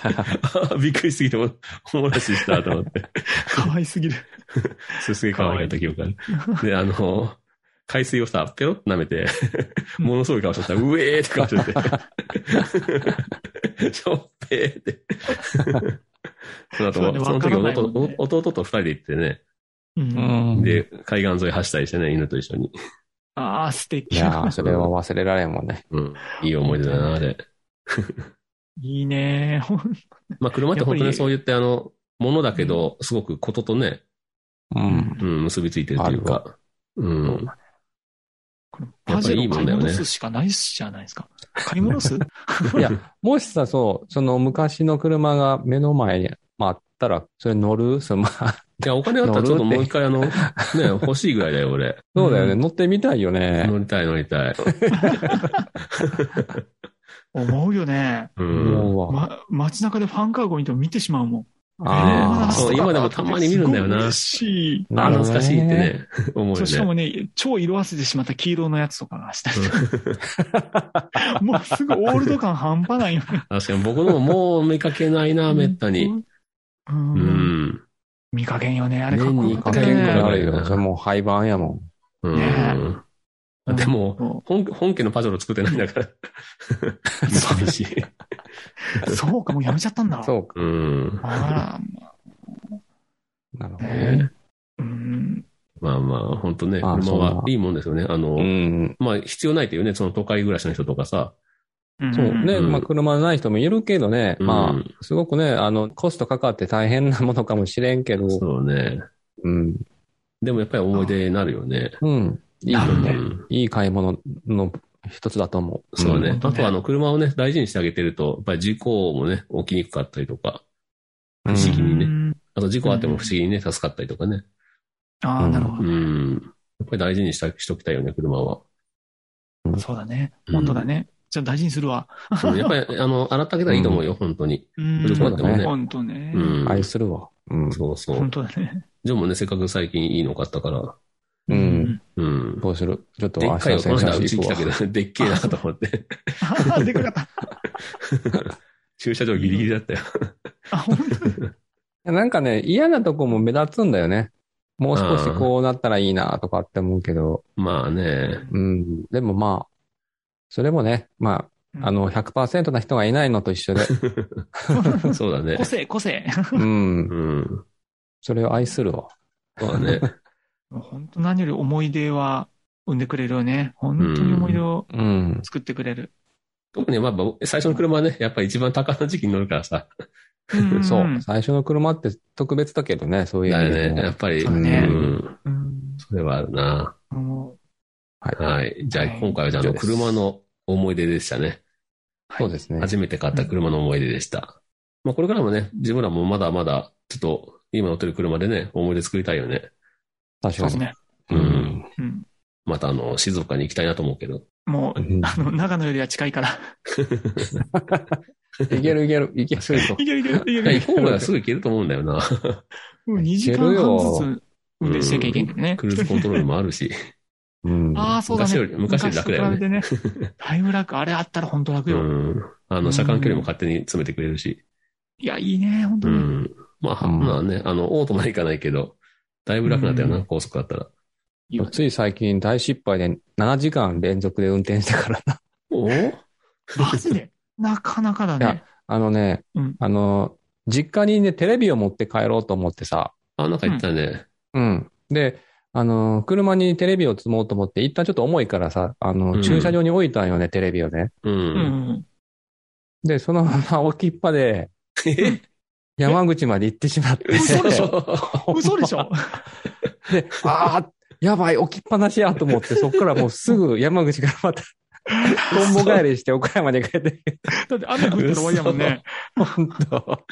Speaker 3: びっくりしすぎてお、お漏らししたと思って。
Speaker 2: 可愛すぎる。
Speaker 3: それすげえ可愛かった記憶がある。で、あの、海水をさ、ペロッと舐めて、ものすごい顔してた。うえーって顔し てて。しょっぺーって。その後、
Speaker 2: そうねわ
Speaker 3: その時
Speaker 2: からないもん
Speaker 3: 弟
Speaker 2: ね、
Speaker 3: 弟と二人で行ってね、
Speaker 2: うん。
Speaker 3: で、海岸沿い走ったりしてね、犬と一緒に。
Speaker 2: ああ、素敵
Speaker 4: いやー、それは忘れられんもんね。
Speaker 3: うん。いい思い出だな、あれ。
Speaker 2: いいね。ほん
Speaker 3: まあ、車って本当にそう言って、あの、ものだけど、すごくこととね、
Speaker 4: うん。
Speaker 3: うん、結びついてるというか。うん。
Speaker 2: これパジェ
Speaker 3: やっ
Speaker 2: ロ
Speaker 3: ぱい
Speaker 2: 買い
Speaker 3: いもんだよね
Speaker 2: 戻すしかないじゃないですか。買い戻 す
Speaker 4: いや、もしさ、そう、その昔の車が目の前に、まあ、あったら、それ乗るその、まあ、
Speaker 3: いや、お金あったらちょっともう一回あ の、ね、欲しいぐらいだよ、俺。
Speaker 4: そうだよね、
Speaker 2: う
Speaker 4: 乗ってみたいよね。
Speaker 3: 乗りたい乗りたい。
Speaker 2: 思うよね。
Speaker 3: う
Speaker 4: 思
Speaker 3: ん。
Speaker 4: うわ
Speaker 2: ま、街中でファンカーゴ見ても見てしまうもん。
Speaker 4: あ
Speaker 3: ね
Speaker 4: あ、
Speaker 3: そう今でもたまに見るんだよ
Speaker 2: すご
Speaker 3: な
Speaker 2: い嬉しい。
Speaker 3: あ、
Speaker 4: なるほど
Speaker 3: 懐かしいって
Speaker 4: ね。
Speaker 3: ね、思う
Speaker 2: そうしかも
Speaker 3: よね。
Speaker 2: ね、超色あせてしまった黄色のやつとかがしたりと か。もうすぐオールド感半端ないよね。
Speaker 3: 確かに僕のももう見かけないな、めったに。
Speaker 2: う。
Speaker 3: うんん。
Speaker 2: 見かけんよね。あれかっこよか
Speaker 4: か
Speaker 2: った
Speaker 4: け
Speaker 2: よ
Speaker 4: んく
Speaker 3: 見
Speaker 2: ね
Speaker 3: か。
Speaker 4: らいよ。それもう廃盤やも
Speaker 3: う
Speaker 2: ね
Speaker 3: ん。でも、
Speaker 2: そ
Speaker 3: 本本家のパジョロ作ってないんだから。寂しい。
Speaker 2: うそうか、もうやめちゃったんだ
Speaker 4: ん。。そう か。
Speaker 3: うん。
Speaker 2: あ
Speaker 4: なる
Speaker 2: ら、
Speaker 4: ほど
Speaker 2: ね
Speaker 4: ね。
Speaker 2: うん。
Speaker 3: まあまあ、本当ね、
Speaker 4: あ
Speaker 3: 車
Speaker 4: そうだ
Speaker 3: はいいもんですよね。あの、
Speaker 4: うん。
Speaker 3: まあ必要ないというね、その都会暮らしの人とかさ。
Speaker 2: うん
Speaker 4: そうね。
Speaker 3: うん
Speaker 4: まあ、車ない人もいるけどね。
Speaker 3: う
Speaker 4: ま
Speaker 3: ん
Speaker 4: あ、すごくね、あの、コストかかって大変なものかもしれんけど。
Speaker 3: そうね。
Speaker 4: うん。
Speaker 3: でもやっぱり思い出になるよね。
Speaker 4: うん。いいよ
Speaker 2: なる
Speaker 3: う
Speaker 4: ね。
Speaker 3: ん
Speaker 4: いい買い物の一つだと思う。
Speaker 3: そう
Speaker 2: う
Speaker 3: ね
Speaker 2: ん。
Speaker 3: あとはあの、車をね、大事にしてあげてると、やっぱり事故もね、起きにくかったりとか、不
Speaker 4: う
Speaker 3: 思議
Speaker 4: ん。
Speaker 3: にね
Speaker 2: ね。
Speaker 3: あと事故あっても不思議にね、助かったりとかね。
Speaker 2: ああ、なるほどね。
Speaker 3: うん。やっぱり大事にしたしときたいよね、車は。
Speaker 2: そうだね。
Speaker 3: うん
Speaker 2: 本当だね。じゃあ大事にするわ。
Speaker 3: そうやっぱり、あの、洗ってあげたらいいと思うよ、本当に。
Speaker 2: うん
Speaker 3: 車ってもね。
Speaker 2: 本当ね
Speaker 3: う。ん。
Speaker 4: 愛するわ。うん。
Speaker 3: そうそ
Speaker 2: 本
Speaker 3: う。
Speaker 2: 当だね。
Speaker 3: ジョンもね、せっかく最近いいの買ったから。
Speaker 4: う。。
Speaker 2: うん
Speaker 3: うん。
Speaker 4: どうするちょっと
Speaker 3: で
Speaker 4: 明
Speaker 3: っ
Speaker 4: 日
Speaker 3: かいよ、こ
Speaker 4: 洗
Speaker 3: の
Speaker 4: 車
Speaker 3: 間う
Speaker 4: し
Speaker 3: ち
Speaker 4: に行
Speaker 3: 来
Speaker 4: く
Speaker 3: た
Speaker 4: わ
Speaker 3: け。ど、で っけえなと思って。
Speaker 2: ああ、でかかった。
Speaker 3: 駐車場ギリギリだったよ。
Speaker 2: あ、本当だ
Speaker 4: なんかね、嫌なとこも目立つんだよね。もう少しこうなったらいいなとかって思うけど、
Speaker 3: まあね。
Speaker 4: うん。でもまあ、それもね、ま
Speaker 2: うん
Speaker 4: あ、あの、100%な人がいないのと一 緒で、
Speaker 3: そうだね
Speaker 2: 個。性、個性。
Speaker 4: うん。
Speaker 3: うん。
Speaker 4: それを愛するわ。
Speaker 3: まあね。
Speaker 2: 本当何より思い出は生んでくれるよね。本当に思い出を
Speaker 4: うん。
Speaker 2: 作ってくれる。
Speaker 3: 特に、まあ、最初の車はね、やっぱり一番高の時期に乗るからさ。
Speaker 2: ん
Speaker 4: そう。最初の車って特別だけどね、そういう
Speaker 3: だ
Speaker 4: 意味
Speaker 3: よ
Speaker 4: で
Speaker 3: ね。や
Speaker 4: も
Speaker 3: っ。ぱり。
Speaker 2: そうね
Speaker 3: うん。
Speaker 2: うん
Speaker 3: それはあるな。
Speaker 2: も
Speaker 4: は
Speaker 3: はい。じゃあ、
Speaker 2: はい
Speaker 3: 今回はじゃあ、あ
Speaker 4: 以上
Speaker 3: の、
Speaker 4: です
Speaker 3: 車の思い出でしたね。
Speaker 4: い。そうですね。
Speaker 3: 初めて買った車の思い出でした。まあ、これからもね、自分らもまだまだ、ちょっと、今乗ってる車でね、思い出作りたいよね。
Speaker 4: 確
Speaker 2: うそうです
Speaker 4: かに。
Speaker 2: ね。
Speaker 4: う
Speaker 3: うん
Speaker 4: ん。
Speaker 2: うん
Speaker 3: また、あの、静岡に行きたいなと思うけど。
Speaker 2: もう、あの、長野よりは近いから。
Speaker 4: いけるいける、いけるぞ。
Speaker 2: いけるいけるいけ
Speaker 3: いや
Speaker 2: るい
Speaker 3: 行
Speaker 2: け
Speaker 3: こう
Speaker 2: る。
Speaker 3: がすぐ行けると思うんだよな。
Speaker 2: もう2時間半ずつ運転しなきゃいけないんだよね。
Speaker 3: クルーズコントロールもあるし。
Speaker 4: うん。
Speaker 2: ああ、そうだね。
Speaker 3: 昔より昔より楽だよね
Speaker 2: 昔と比べてね。 だいぶ楽。あれあったら本当楽
Speaker 3: う
Speaker 2: よ。
Speaker 3: ん。あの、車間距離も勝手に詰めてくれるし。
Speaker 2: いや、いいね、本当
Speaker 3: う
Speaker 2: に。
Speaker 3: ん。まあ、
Speaker 4: うん
Speaker 3: まあね、あの、オートまで行かないけど、だいぶ楽になったよ
Speaker 2: う
Speaker 3: な、高速だったら。
Speaker 2: いいわ
Speaker 4: つい最近大失敗で7時間連続で運転したからな。
Speaker 3: お
Speaker 2: マジでなかなかだ
Speaker 4: い
Speaker 2: ね
Speaker 4: や。あのね、
Speaker 2: うん
Speaker 4: あの、実家にね、テレビを持って帰ろうと思ってさ、
Speaker 3: あ、なんか言ったね。
Speaker 4: うん。で、あの、車にテレビを積もうと思って、一旦ちょっと重いからさ、あ
Speaker 3: う
Speaker 4: の、
Speaker 3: ん
Speaker 4: 駐車場に置いたんよね、テレビをね。
Speaker 3: う。
Speaker 2: うん ん。
Speaker 4: で、そのまま 置きっぱで、
Speaker 3: え
Speaker 4: 山口まで行ってしまって。
Speaker 2: 嘘でしょ嘘でし
Speaker 4: ょ
Speaker 2: ょ
Speaker 4: で、 ああ、やばい、置きっぱなしやと思って、そっからもうすぐ 山口からまた、トンボ帰りして岡山に帰って、
Speaker 2: だって雨降ったら終わりやもんね。
Speaker 4: 本当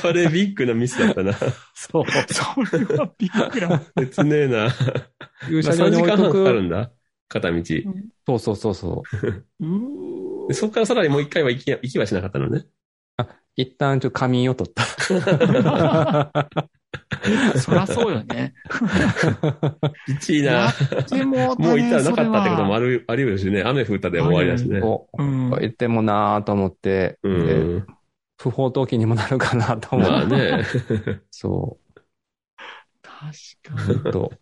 Speaker 3: それビッグなミスだったな。
Speaker 4: そう。
Speaker 2: それはびっくりだ。
Speaker 3: 切ねえな。
Speaker 4: 駐車場
Speaker 3: 3
Speaker 4: に
Speaker 3: 時
Speaker 4: 置い
Speaker 3: 間半
Speaker 4: と
Speaker 3: かかる
Speaker 4: く。
Speaker 3: んだ。片道。で
Speaker 4: そうそうそうそう。
Speaker 2: うー
Speaker 3: そこからさらにもう一回は行き行きはしなかったのね。
Speaker 4: 一旦ちょっと仮眠を取った。
Speaker 2: そりゃそうよね。
Speaker 3: 1位
Speaker 2: や
Speaker 3: な。
Speaker 2: でも、
Speaker 3: もう行ったらなかったってことも
Speaker 2: あ
Speaker 3: ある、あり得るしね。雨降ったで終わりだしね。
Speaker 4: お、
Speaker 2: うん
Speaker 4: 言ってもなぁと思って、
Speaker 3: う
Speaker 4: で
Speaker 3: ん。
Speaker 4: 不法投棄にもなるかなと思
Speaker 3: まあ
Speaker 4: う。
Speaker 3: ね。
Speaker 4: そ
Speaker 2: 確か
Speaker 4: ちょっと、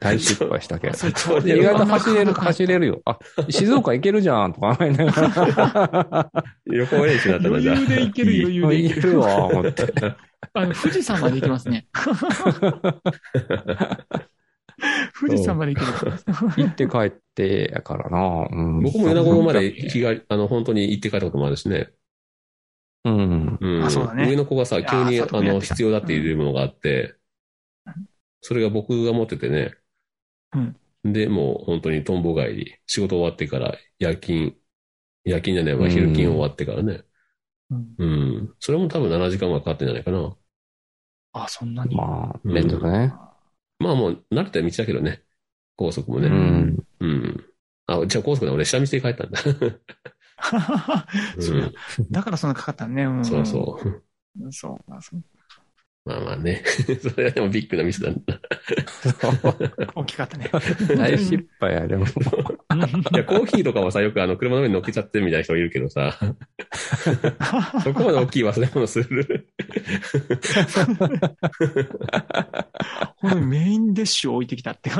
Speaker 4: 大失敗したけど。
Speaker 2: に。そ
Speaker 4: 意外と
Speaker 2: なか
Speaker 4: 走れる、
Speaker 2: なか
Speaker 4: 走れるよ。あ、静岡行けるじゃん、とか思いながら。
Speaker 3: 旅行練習だったら
Speaker 2: 余
Speaker 3: じゃあ。
Speaker 2: 裕でいける、
Speaker 3: い
Speaker 2: 余裕でい
Speaker 4: 行
Speaker 2: け
Speaker 4: け
Speaker 2: る。
Speaker 4: るわ、思って。
Speaker 2: あの、富士山まで行きます ね。富士山まで行ける。
Speaker 4: 行って帰って、やからな。うん、
Speaker 3: 僕も米子まで
Speaker 4: 行
Speaker 3: 日帰り、あの、本当に行って帰ったこともあるしね。
Speaker 4: うん。
Speaker 3: うん。
Speaker 2: あそうだね
Speaker 3: 上の子がさ、急に、
Speaker 2: いや
Speaker 3: あ
Speaker 2: ー
Speaker 3: の、必要だっていうものがあって
Speaker 2: うん、
Speaker 3: それが僕が持っててね。で、もう本当にトンボ帰り、仕事終わってから夜勤、夜勤じゃないわ、昼勤終わってからね。
Speaker 2: うん
Speaker 3: うん。それも多分7時間はかかってんじゃないかな。
Speaker 2: あ、そんな に。
Speaker 4: まあ、連続ね。
Speaker 3: まあもう慣れた道だけどね。高速も
Speaker 4: う
Speaker 3: ね。
Speaker 4: ん。
Speaker 3: うん。あ、じゃあ高速で俺下道で帰ったんだ。
Speaker 2: そう
Speaker 3: うん
Speaker 2: だからそんなかかったね。ん
Speaker 3: そうそう。
Speaker 2: うん。そうかそう
Speaker 3: まあまあね。 それはでもビッグなミスだった。
Speaker 2: 大きかった ね。
Speaker 4: 大失敗や、でも。
Speaker 3: いや、コーヒーとかはさ、よくあの、車の上に乗っけちゃってみたいな人いるけどさ、そこまで大きい忘れ物する。
Speaker 2: ほんとにメインディッシュを置いてきたって。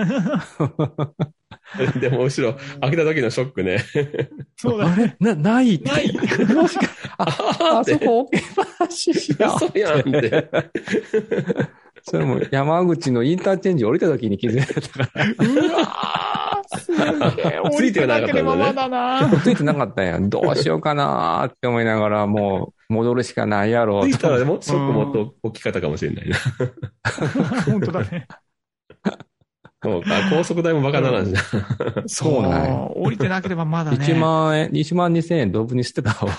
Speaker 3: でも、後ろ、開けた時のショックね。
Speaker 2: そうだね。
Speaker 4: な、ない
Speaker 2: ない
Speaker 4: もしか、
Speaker 3: あ
Speaker 4: あそこ置けばしいや。
Speaker 3: 嘘やん って。
Speaker 4: それも山口のインターチェンジ降りた時に気づいたか
Speaker 2: うわーすげえ。
Speaker 3: ついてはなかったんだね
Speaker 2: 降りればまだな
Speaker 4: ら、ついてなかったんや。どうしようかなーって思いながら、もう戻るしかないやろ
Speaker 3: つ
Speaker 4: う
Speaker 3: い
Speaker 4: と。
Speaker 3: たら、もショックもっと大きかったかもしれないな。
Speaker 2: 本当だね。
Speaker 3: そうか、高速代もバカならんじゃん。
Speaker 4: そうなんや
Speaker 2: 降りてなければまだね。
Speaker 4: 1万円、1万2千円ドブにして たわ。
Speaker 2: うお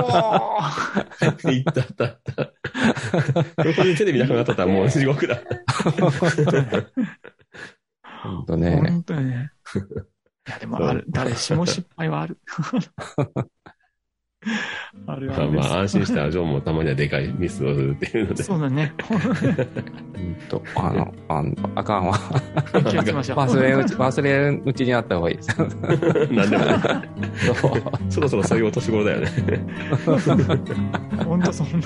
Speaker 2: ー
Speaker 3: いったったった。ここでテレビなくなったらもう 地獄だ。
Speaker 4: ほんとね。
Speaker 2: 本当に ね。いや、でもある。誰しも失敗はある。あるあ
Speaker 3: まあ
Speaker 2: るで
Speaker 3: まあ安心したジョンもたまにはでかいミスをするっていう
Speaker 2: す。
Speaker 3: ので。
Speaker 2: そうだ ね。
Speaker 4: うんと、あの、あんあかんわ。
Speaker 2: 気をつけましょう。
Speaker 4: 忘れうち、忘れうちにあった方がいい。そう
Speaker 3: なんでもね。そろそろそういうお年頃だよね。
Speaker 2: 本当そん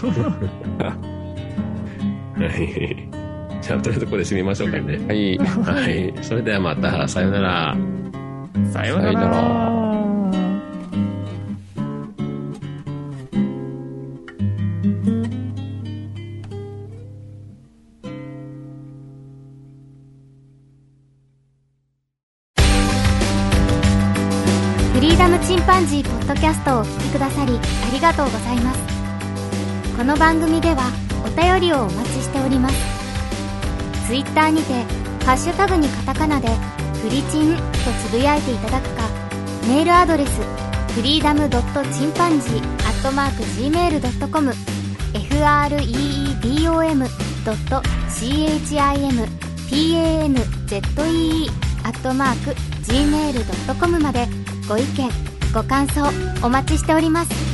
Speaker 2: な。
Speaker 3: はい。じゃあ、とりあえずここで締めましょうかね。
Speaker 4: は い。
Speaker 3: はい。それではまた、さようなら。
Speaker 2: さような
Speaker 4: さよう
Speaker 2: ら。
Speaker 1: フリーダムチンパンジーポッドキャストをお聞きくださりありがとうございますこの番組ではお便りをお待ちしておりますツイッターにて「ハッシュタグにカタカナ」で「フリチン」とつぶやいていただくかメールアドレスフリーダムドットチンパンジーアットマーク Gmail.com freedom ドット chimpanzee アットマーク gmail.com までご意見ご感想お待ちしております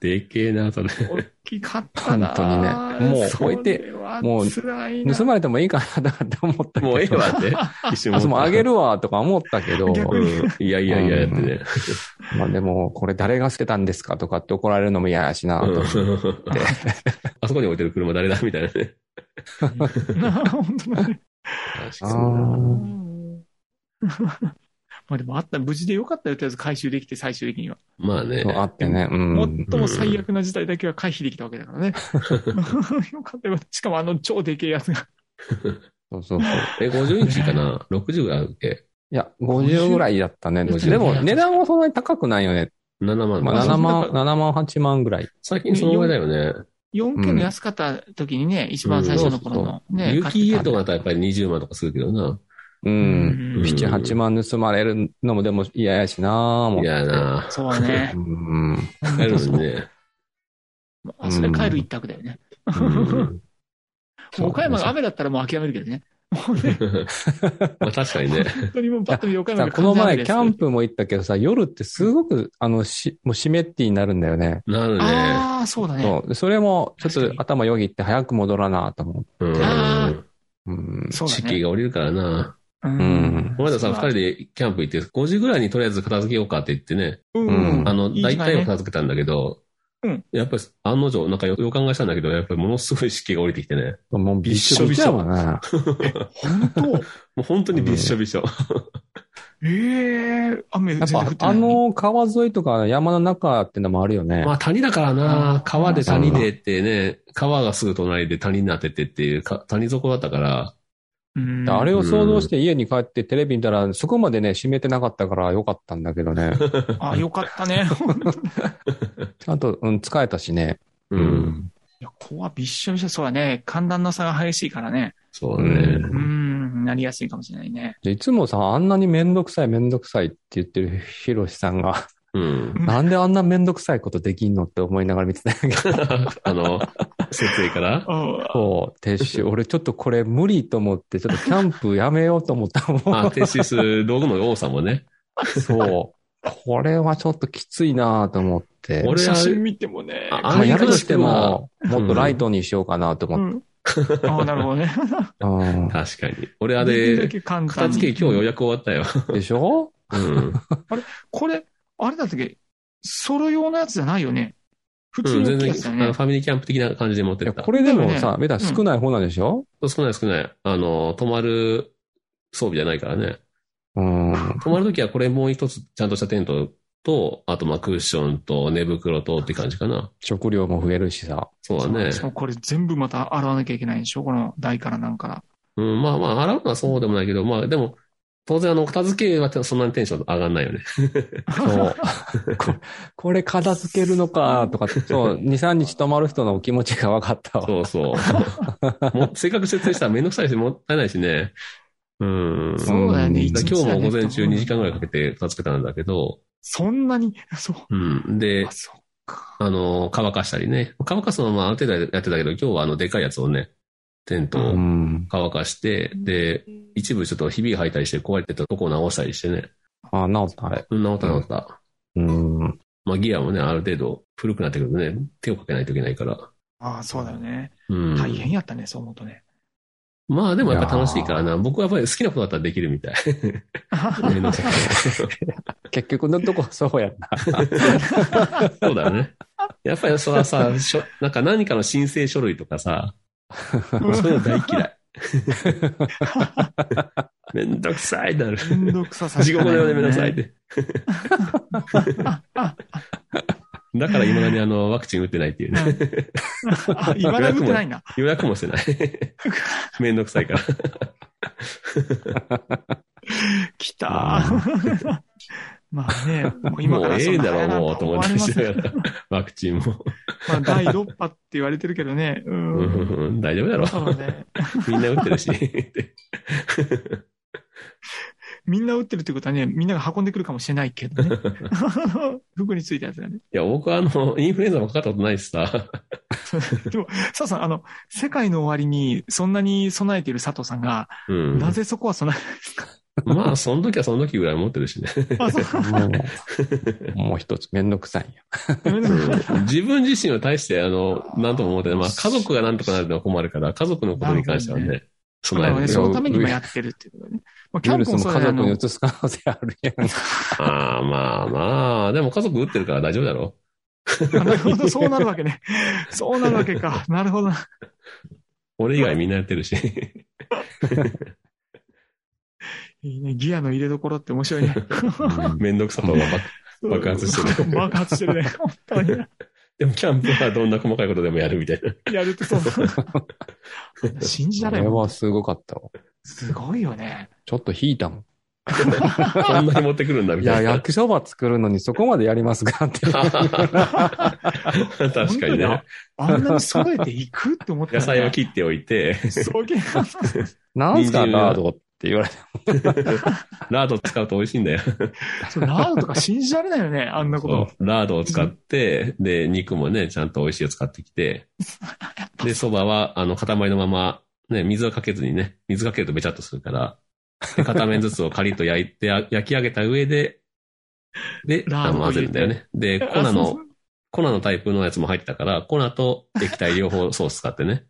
Speaker 3: でっけえな、それ。
Speaker 2: 大きかったな。
Speaker 4: 本当にねもう
Speaker 2: それ
Speaker 4: 置いて
Speaker 2: は
Speaker 4: もう
Speaker 2: 辛いな
Speaker 4: 盗まれてもいいかなとかって思ったけど。
Speaker 3: もうええわって。一瞬
Speaker 4: あ、そう、もうあげ
Speaker 3: る。
Speaker 4: るわとか思ったけど、
Speaker 2: 逆
Speaker 3: うん。いやいやいや、やってね。
Speaker 4: まあでも、これ誰が捨てたんですかとかって怒られるのも嫌やしな、
Speaker 3: うん
Speaker 4: と。
Speaker 3: あそこに置いてる車誰だみたいなね。
Speaker 2: な 本当だね。
Speaker 4: あ
Speaker 2: う
Speaker 4: ー
Speaker 2: んまあでもあった、無事でよかったよ、とりあえず回収できて、最終的には。
Speaker 3: まあね
Speaker 4: そう。あってね。う
Speaker 2: 最
Speaker 4: ん。
Speaker 2: も最悪な事態だけは回避できたわけだからね。よかったよ。しかもあの超でけえやつが。
Speaker 4: そうそうそう。
Speaker 3: え、50インチかな ?60 ぐらいあるっけ
Speaker 4: いや、50ぐらいだったね。
Speaker 2: 50
Speaker 4: でも、値段はそんなに高くないよね。
Speaker 3: ?7 万。
Speaker 4: まあ、
Speaker 2: そ
Speaker 4: 7
Speaker 2: う
Speaker 4: 万、
Speaker 2: だか
Speaker 4: 7万、8万ぐらい。
Speaker 3: 最近そのぐらいだよね。
Speaker 2: 4K の安かった時にね、一番最初の頃の。ね、
Speaker 3: 雪家と
Speaker 2: 買っ
Speaker 3: かだってたらやっぱり20万とかするけどな。
Speaker 4: う。
Speaker 2: たうんん。
Speaker 4: 7、8万盗まれるのもでも嫌やしなも。
Speaker 3: いうやな
Speaker 2: そうだね
Speaker 4: う。ん。
Speaker 3: 帰るのにね。
Speaker 2: あそれ帰る一択だよね。
Speaker 3: うん
Speaker 4: そう
Speaker 2: 岡山が雨だったらもう諦めるけどね。
Speaker 3: まあ確かにね。
Speaker 2: 本当にもうパッと見岡山
Speaker 4: さ
Speaker 2: が
Speaker 4: この
Speaker 2: 完全雨
Speaker 4: 前、
Speaker 2: です
Speaker 4: キャンプも行ったけどさ、夜ってすごく、あの、し、もう湿ってになるんだよね。
Speaker 3: なるね。
Speaker 2: ああ、そうだね。
Speaker 4: そう。でそれも、ちょっ
Speaker 2: 確
Speaker 4: と
Speaker 2: かに
Speaker 4: 頭よぎって早く戻らなと思う。
Speaker 3: うん
Speaker 2: あ
Speaker 4: うん。
Speaker 2: そうだね
Speaker 3: 地形が降りるからな。
Speaker 2: う。
Speaker 4: うんん
Speaker 3: この間さ、二人でキャンプ行って、5時ぐらいにとりあえず片付けようかって言ってね、
Speaker 2: うん。
Speaker 4: うん
Speaker 3: あの、
Speaker 2: いい
Speaker 3: 大
Speaker 2: 時間ね
Speaker 3: 体は片付けたんだけど、
Speaker 2: うん
Speaker 3: やっぱり案の定、なんかよ予感がしたんだけど、やっぱりものすごい湿気が降りてきてね、
Speaker 4: もうびっしょびしょやもんな。
Speaker 2: 本当
Speaker 3: もう本当にびっしょびしょ。
Speaker 2: ええ雨全
Speaker 4: やっ
Speaker 2: 然降
Speaker 4: ぱ
Speaker 2: っ、てない。
Speaker 4: あ、の川沿いとか山の中ってのもあるよね。
Speaker 3: まあ谷だからな、川で谷
Speaker 4: そう
Speaker 3: でってね、川がすぐ隣で谷になっててっていうか、谷底だったから、
Speaker 2: うん、
Speaker 4: あれ
Speaker 3: を
Speaker 4: を想像して家に帰ってテレビ見たら、そこまでね、閉めてなかったからよかったんだけど ね。
Speaker 2: あ、よかったね。
Speaker 4: ちゃんと、うん、疲れたしね。
Speaker 3: うん。
Speaker 4: うん
Speaker 2: いや、ここはびっしょびしょ。そうだね。寒暖の差が激しいからね。
Speaker 3: そうね。
Speaker 4: う
Speaker 2: うん、なりやすいかもしれないね。
Speaker 4: でいつもさ、あんなにめんどくさいめんどくさいって言ってるヒロシさん が、
Speaker 3: うん。
Speaker 2: うん
Speaker 4: なんであんなめんどくさいことできんのって思いながら見てたんやけど。
Speaker 3: あの、設営から。
Speaker 2: あ
Speaker 4: そう、撤収。俺ちょっとこれ無理と思って、ちょっとキャンプやめようと思った もん。
Speaker 3: あ、停止する道具の多さもね。
Speaker 4: そう。これはちょっときついなと思って。
Speaker 3: 俺
Speaker 2: 写真見てもね。
Speaker 3: あ
Speaker 4: まあ、やるとして
Speaker 3: あ
Speaker 4: も、もっとライトにしようかなと
Speaker 2: う
Speaker 4: 思って。
Speaker 2: ん。あなるほどね。
Speaker 4: うん
Speaker 3: 確かに。 俺あ
Speaker 2: できるだ
Speaker 3: れ、
Speaker 2: け簡単に
Speaker 3: 片付け今日予約終わったよ。
Speaker 4: でしょ
Speaker 3: うん。
Speaker 2: これ、あれだったっけソロ用のやつじゃないよね。普
Speaker 3: う
Speaker 2: 通
Speaker 3: ん、
Speaker 2: の
Speaker 3: 全
Speaker 2: 大きい
Speaker 3: 然、
Speaker 2: やつだ
Speaker 3: あ
Speaker 2: よ
Speaker 3: の
Speaker 2: ね。
Speaker 3: ファミリーキャンプ的な感じで持っ
Speaker 4: い
Speaker 3: て
Speaker 4: や
Speaker 3: った。
Speaker 4: これでも
Speaker 2: だよ
Speaker 4: さ、ベタ少ない方なんでしょ
Speaker 3: 少ない少ない。あの、泊まる装備じゃないからね。
Speaker 4: うん。
Speaker 3: 泊まるときはこれもう一つちゃんとしたテントと、あとまあクッションと寝袋とって感じかな。
Speaker 4: 食料も増えるしさ。
Speaker 3: そうだね
Speaker 2: し。かもこれ全部また洗わなきゃいけないんでしょこの台からなんから。
Speaker 3: うん、まあまあ、洗うのはそうでもないけど、まあでも、当然あの、片付けはそんなにテンション上がんないよね。
Speaker 4: そう。ここれ片付けるのか、とかって、そう、2、3日泊まる人の気持ちが分かったわ。
Speaker 3: そうそう。もうせっかく設定したらめんどくさいし、もったいないしね。うん。だか
Speaker 2: そうだよね。
Speaker 4: うん
Speaker 2: 一
Speaker 3: ら
Speaker 2: 日
Speaker 3: 今日
Speaker 2: だ
Speaker 3: も
Speaker 2: ね
Speaker 3: 午前中2時間ぐらいかけて片付けたんだけど、
Speaker 2: そんなに、 そう。
Speaker 3: うん。で
Speaker 2: あ、、そう。
Speaker 3: あの、乾かしたりね。乾かすのはまあある程度やってたけど、今日はあの、でかいやつをね、テントを
Speaker 4: ん。
Speaker 3: 乾かして、で、一部ちょっとひびが入ったりして壊れてたとこを直したりしてね。
Speaker 4: あ、治った、あれ。
Speaker 3: うん、直った直った。
Speaker 4: うん。
Speaker 3: まあギアもね、ある程度古くなってくるとね、手をかけないといけないから。
Speaker 2: ああ、そうだよね。
Speaker 3: うん。
Speaker 2: 大変やったね、そう思うとね。
Speaker 3: まあでもやっぱ楽しいからな。僕はやっぱり好きなことだったらできるみ たい。めんどくさい。
Speaker 4: 結局のとこそうやな。
Speaker 3: そうだよね。やっぱりそれはさ、しょなんか何かの申請書類とかさ、そういうの大嫌 い。めんどくさいなる。
Speaker 2: めんどくささ
Speaker 3: 地
Speaker 2: しか
Speaker 3: 獄
Speaker 2: ない
Speaker 3: の
Speaker 2: よ
Speaker 3: よ
Speaker 2: ね。
Speaker 3: うでめんどくさいって。だから未だにあの、ワクチン打ってないっていうね。
Speaker 2: あ、いまだに打ってないん だ。
Speaker 3: 予約もしてない。めんどくさいから。
Speaker 2: 来たー。 まあね、もう今
Speaker 3: も
Speaker 2: か
Speaker 3: う
Speaker 2: ら
Speaker 3: え
Speaker 2: そん
Speaker 3: え
Speaker 2: な
Speaker 3: だ
Speaker 2: 早
Speaker 3: ろう、
Speaker 2: なん
Speaker 3: も
Speaker 2: か
Speaker 3: う、と
Speaker 2: 終
Speaker 3: 思
Speaker 2: わ
Speaker 3: っ
Speaker 2: り
Speaker 3: て
Speaker 2: ま
Speaker 3: し
Speaker 2: す
Speaker 3: ながら。ワクチンも。
Speaker 2: ま あ第6波って言われてるけどね。う。
Speaker 3: うんんうん大丈夫だろ
Speaker 2: そうだね。
Speaker 3: みんな打っ てるし。
Speaker 2: みんな打ってるってことはね、みんなが運んでくるかもしれないけど ね。服についたやつがね。
Speaker 3: いや、僕はあの、インフルエンザもかかったことないしさ。
Speaker 2: でも、佐藤さん、あの、世界の終わりにそんなに備えている佐藤さんが、
Speaker 3: うん。
Speaker 2: なぜそこは 備えないんですか
Speaker 3: まあ、その時はその時ぐらい持ってるしね。
Speaker 2: あそう
Speaker 4: もう、もう一つめんどくさいんや。
Speaker 3: うん自分自身は大して、あの、なんとも思ってない。まあ、家族がなんとかなるのは困るから、家族のことに関しては
Speaker 2: な
Speaker 3: ね、
Speaker 2: だから
Speaker 3: 備え
Speaker 2: ね、
Speaker 3: る
Speaker 2: そ
Speaker 3: よ。
Speaker 2: のために今やってるっていうことだね。まあ、キ
Speaker 4: ウ
Speaker 2: ャ
Speaker 4: イ
Speaker 2: ン
Speaker 4: ル
Speaker 2: プ
Speaker 4: ス
Speaker 2: も
Speaker 4: も
Speaker 2: そうだ
Speaker 4: 家
Speaker 2: ねあ
Speaker 4: 族に
Speaker 2: の
Speaker 4: 移す可能性あるやん。
Speaker 3: ああ、まあまあ、でも家族打ってるから大丈夫だろ。
Speaker 2: あなるほど、そうなるわけね。そうなるわけ か。なるほどな。
Speaker 3: 俺以外みんなやってるし。
Speaker 2: いいね。ギアの入れ所って面白いね。
Speaker 3: めんどくさとがばっ 爆発してる
Speaker 2: 爆発して るね。本当に。
Speaker 3: でもキャンプはどんな細かいことでもやるみたいな。
Speaker 2: やるとそう。 信じら
Speaker 4: こ
Speaker 2: れ
Speaker 4: れ
Speaker 2: ん。
Speaker 4: はすごかったわ。
Speaker 2: すごいよね。
Speaker 4: ちょっと引いたもん。
Speaker 3: こんなに持ってくるんだみ
Speaker 4: い
Speaker 3: た
Speaker 4: や、
Speaker 3: いな。
Speaker 4: 焼きそば作るのにそこまでやりますか っ て。
Speaker 3: 確かにね。
Speaker 2: あんなに揃えていくって思って
Speaker 3: 野菜を
Speaker 2: っ
Speaker 3: 切っておいて、
Speaker 2: て。そうげ
Speaker 4: なんすか、
Speaker 3: 人参は
Speaker 4: ラードって言われて。
Speaker 3: ラード使うと美味しいんだよ。
Speaker 2: そうラードとか信じられないよね。あんなこと。
Speaker 3: ラードを使って、で、肉もね、ちゃんと美味しいを使って きて、で、蕎麦は、あの、塊のまま、ね、水をかけずにね、水かけるとべちゃっとするから、で片面ずつをカリッと焼いて、あ焼き上げた上で、で、
Speaker 2: ラード
Speaker 3: あの混ぜるんだよね。で、粉
Speaker 2: あそう
Speaker 3: の
Speaker 2: そう、
Speaker 3: 粉のタイプのやつも入ってたから、粉と液体両方ソース使ってね、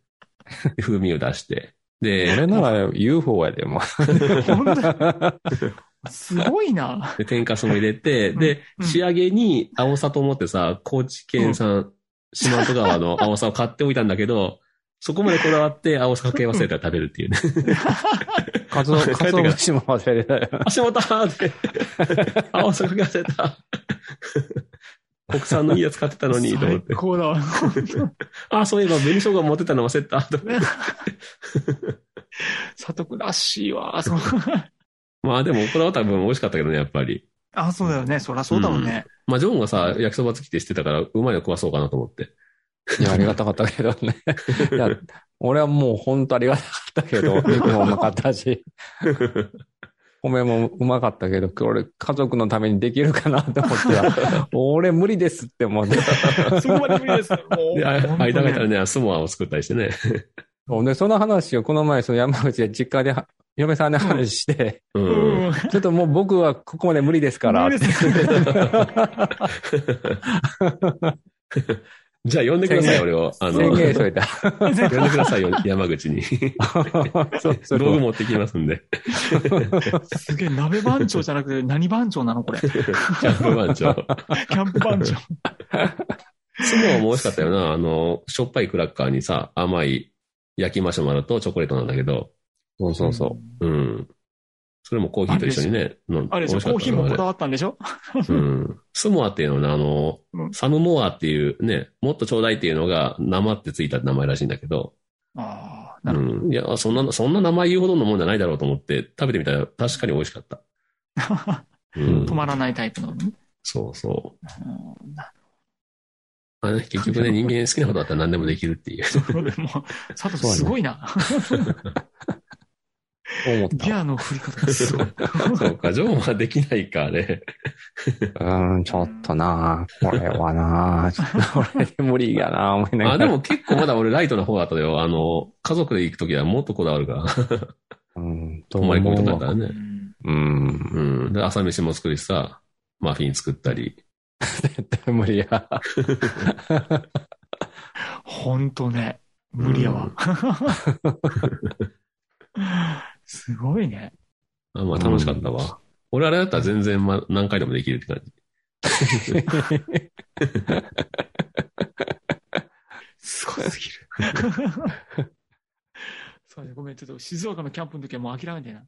Speaker 3: で風味を出して、で、
Speaker 4: 俺なら UFO やで、もう。
Speaker 2: 本当すごいな。
Speaker 3: で天かすも入れて、
Speaker 2: うん
Speaker 3: で、
Speaker 2: うん
Speaker 3: 仕上げに青さと思ってさ、高知県産、四万十 川の青さを買っておいたんだけど、そこまでこだわって青さかけ忘れたら食べるっ ていうね。
Speaker 4: カツオ、カツオ節も忘れてたよ。
Speaker 3: あ、しまったー って。青さかけ忘れた。国産のいいやつ買ってたのに、と思っ
Speaker 2: 最
Speaker 3: て。
Speaker 2: 高だわ。
Speaker 3: あ、そういえば紅生姜持ってたの忘れた。と
Speaker 2: 佐藤君らしいわ。 そう
Speaker 3: まあでも、これは多分美味しかったけどね、やっぱり。
Speaker 2: あ、そうだよね。そりゃそうだもんね。
Speaker 3: まあ、ジョンがさ、焼きそば好きって知ってたから、うまいの食わそうかなと思って。
Speaker 4: いや、ありがたかったけどね。いや、俺はもう本当ありがたかったけ ど、肉もうまかったし、米もうまかったけど、俺家族のためにできるかなと思って た俺無理ですって思って。
Speaker 2: そこまで無理です。もう
Speaker 3: で、あ
Speaker 2: 本当ね
Speaker 3: 間がいたらね、スモアを作ったりしてね。
Speaker 4: そうで、その話をこの前、その山口で実家では、嫁さんで話して、
Speaker 3: う。
Speaker 2: うんん。
Speaker 4: ちょっともう僕はここまで無理ですからっ
Speaker 2: 無
Speaker 4: て
Speaker 2: 理。です
Speaker 3: じゃあ呼んでください、俺を。あの、
Speaker 4: 宣
Speaker 3: 呼ん
Speaker 4: 言
Speaker 3: で
Speaker 4: しといた。
Speaker 3: くださいよ、山口に。
Speaker 4: そうそ
Speaker 3: 道
Speaker 4: う
Speaker 3: 具持ってきますんで。
Speaker 2: すげえ、鍋番長じゃなくて何番長なのこれ。キ
Speaker 3: キャンプ番長。
Speaker 2: ャンプ番長。
Speaker 3: スモアも美味しかったよな。あの、しょっぱいクラッカーにさ、甘い焼きマシュマロとチョコレートなんだけど。
Speaker 4: そうそうそう。
Speaker 3: うん。それもコーヒーと一緒にね、飲ん
Speaker 2: あれでしょ、コーヒーもこだわったんでしょ
Speaker 3: うんスモアっていうのはね、あ
Speaker 2: う
Speaker 3: の、
Speaker 2: ん
Speaker 3: サムモアっていうね、もっとちょうだいっていうのが、生ってついた名前らしいんだけど、
Speaker 2: ああ、
Speaker 3: う
Speaker 2: なるほど。
Speaker 3: ん、いや、そんな、そんな名前言うほどのもんじゃないだろうと思って、食べてみたら確かに美味し かった。うん、
Speaker 2: 止まらないタイプなのね。
Speaker 3: そうそう。
Speaker 2: うんな
Speaker 3: あの結局ね、人間好きなことだったら何でもできるっていう。
Speaker 2: るほど。でも、佐藤すごいな。
Speaker 4: 思っ
Speaker 2: ギアの振り方がすごい。
Speaker 3: そうか、ジョンはできないかね。
Speaker 4: た。うん、ちょっとなこれはなちょっと俺無理やな思いながら。
Speaker 3: あ、でも結構まだ俺ライトな方だったよ。あの、家族で行くときはもっとこだわる から。
Speaker 4: うん、
Speaker 3: 泊まり込みとかだった
Speaker 4: う
Speaker 3: ら
Speaker 2: う
Speaker 3: ね。
Speaker 2: ん
Speaker 4: うん、
Speaker 3: うん。で、朝飯も作るしさ、マフィン作ったり。
Speaker 4: 絶対無理や。
Speaker 2: ほんとね。無理やわ。 すごいね。
Speaker 3: あまあ楽しかったわ。
Speaker 4: うん
Speaker 3: 俺あれだったら全然、ま、何回でもできるって感じ。
Speaker 2: すごすぎる。 そうね、ごめん、ちょっと静岡のキャンプの時はもう諦めてな。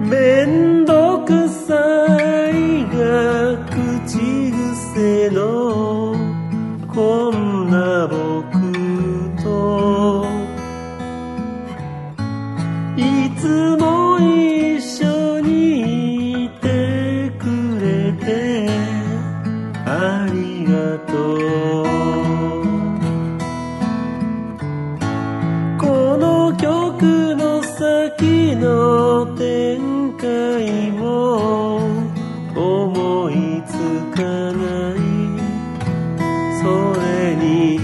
Speaker 5: めんどくさいが口癖のこんな僕といつも一緒にいてくれてありがとうこの曲の先の展開も思いつかないそれに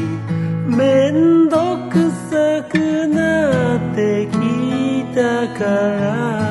Speaker 5: めんどくさくなってきたから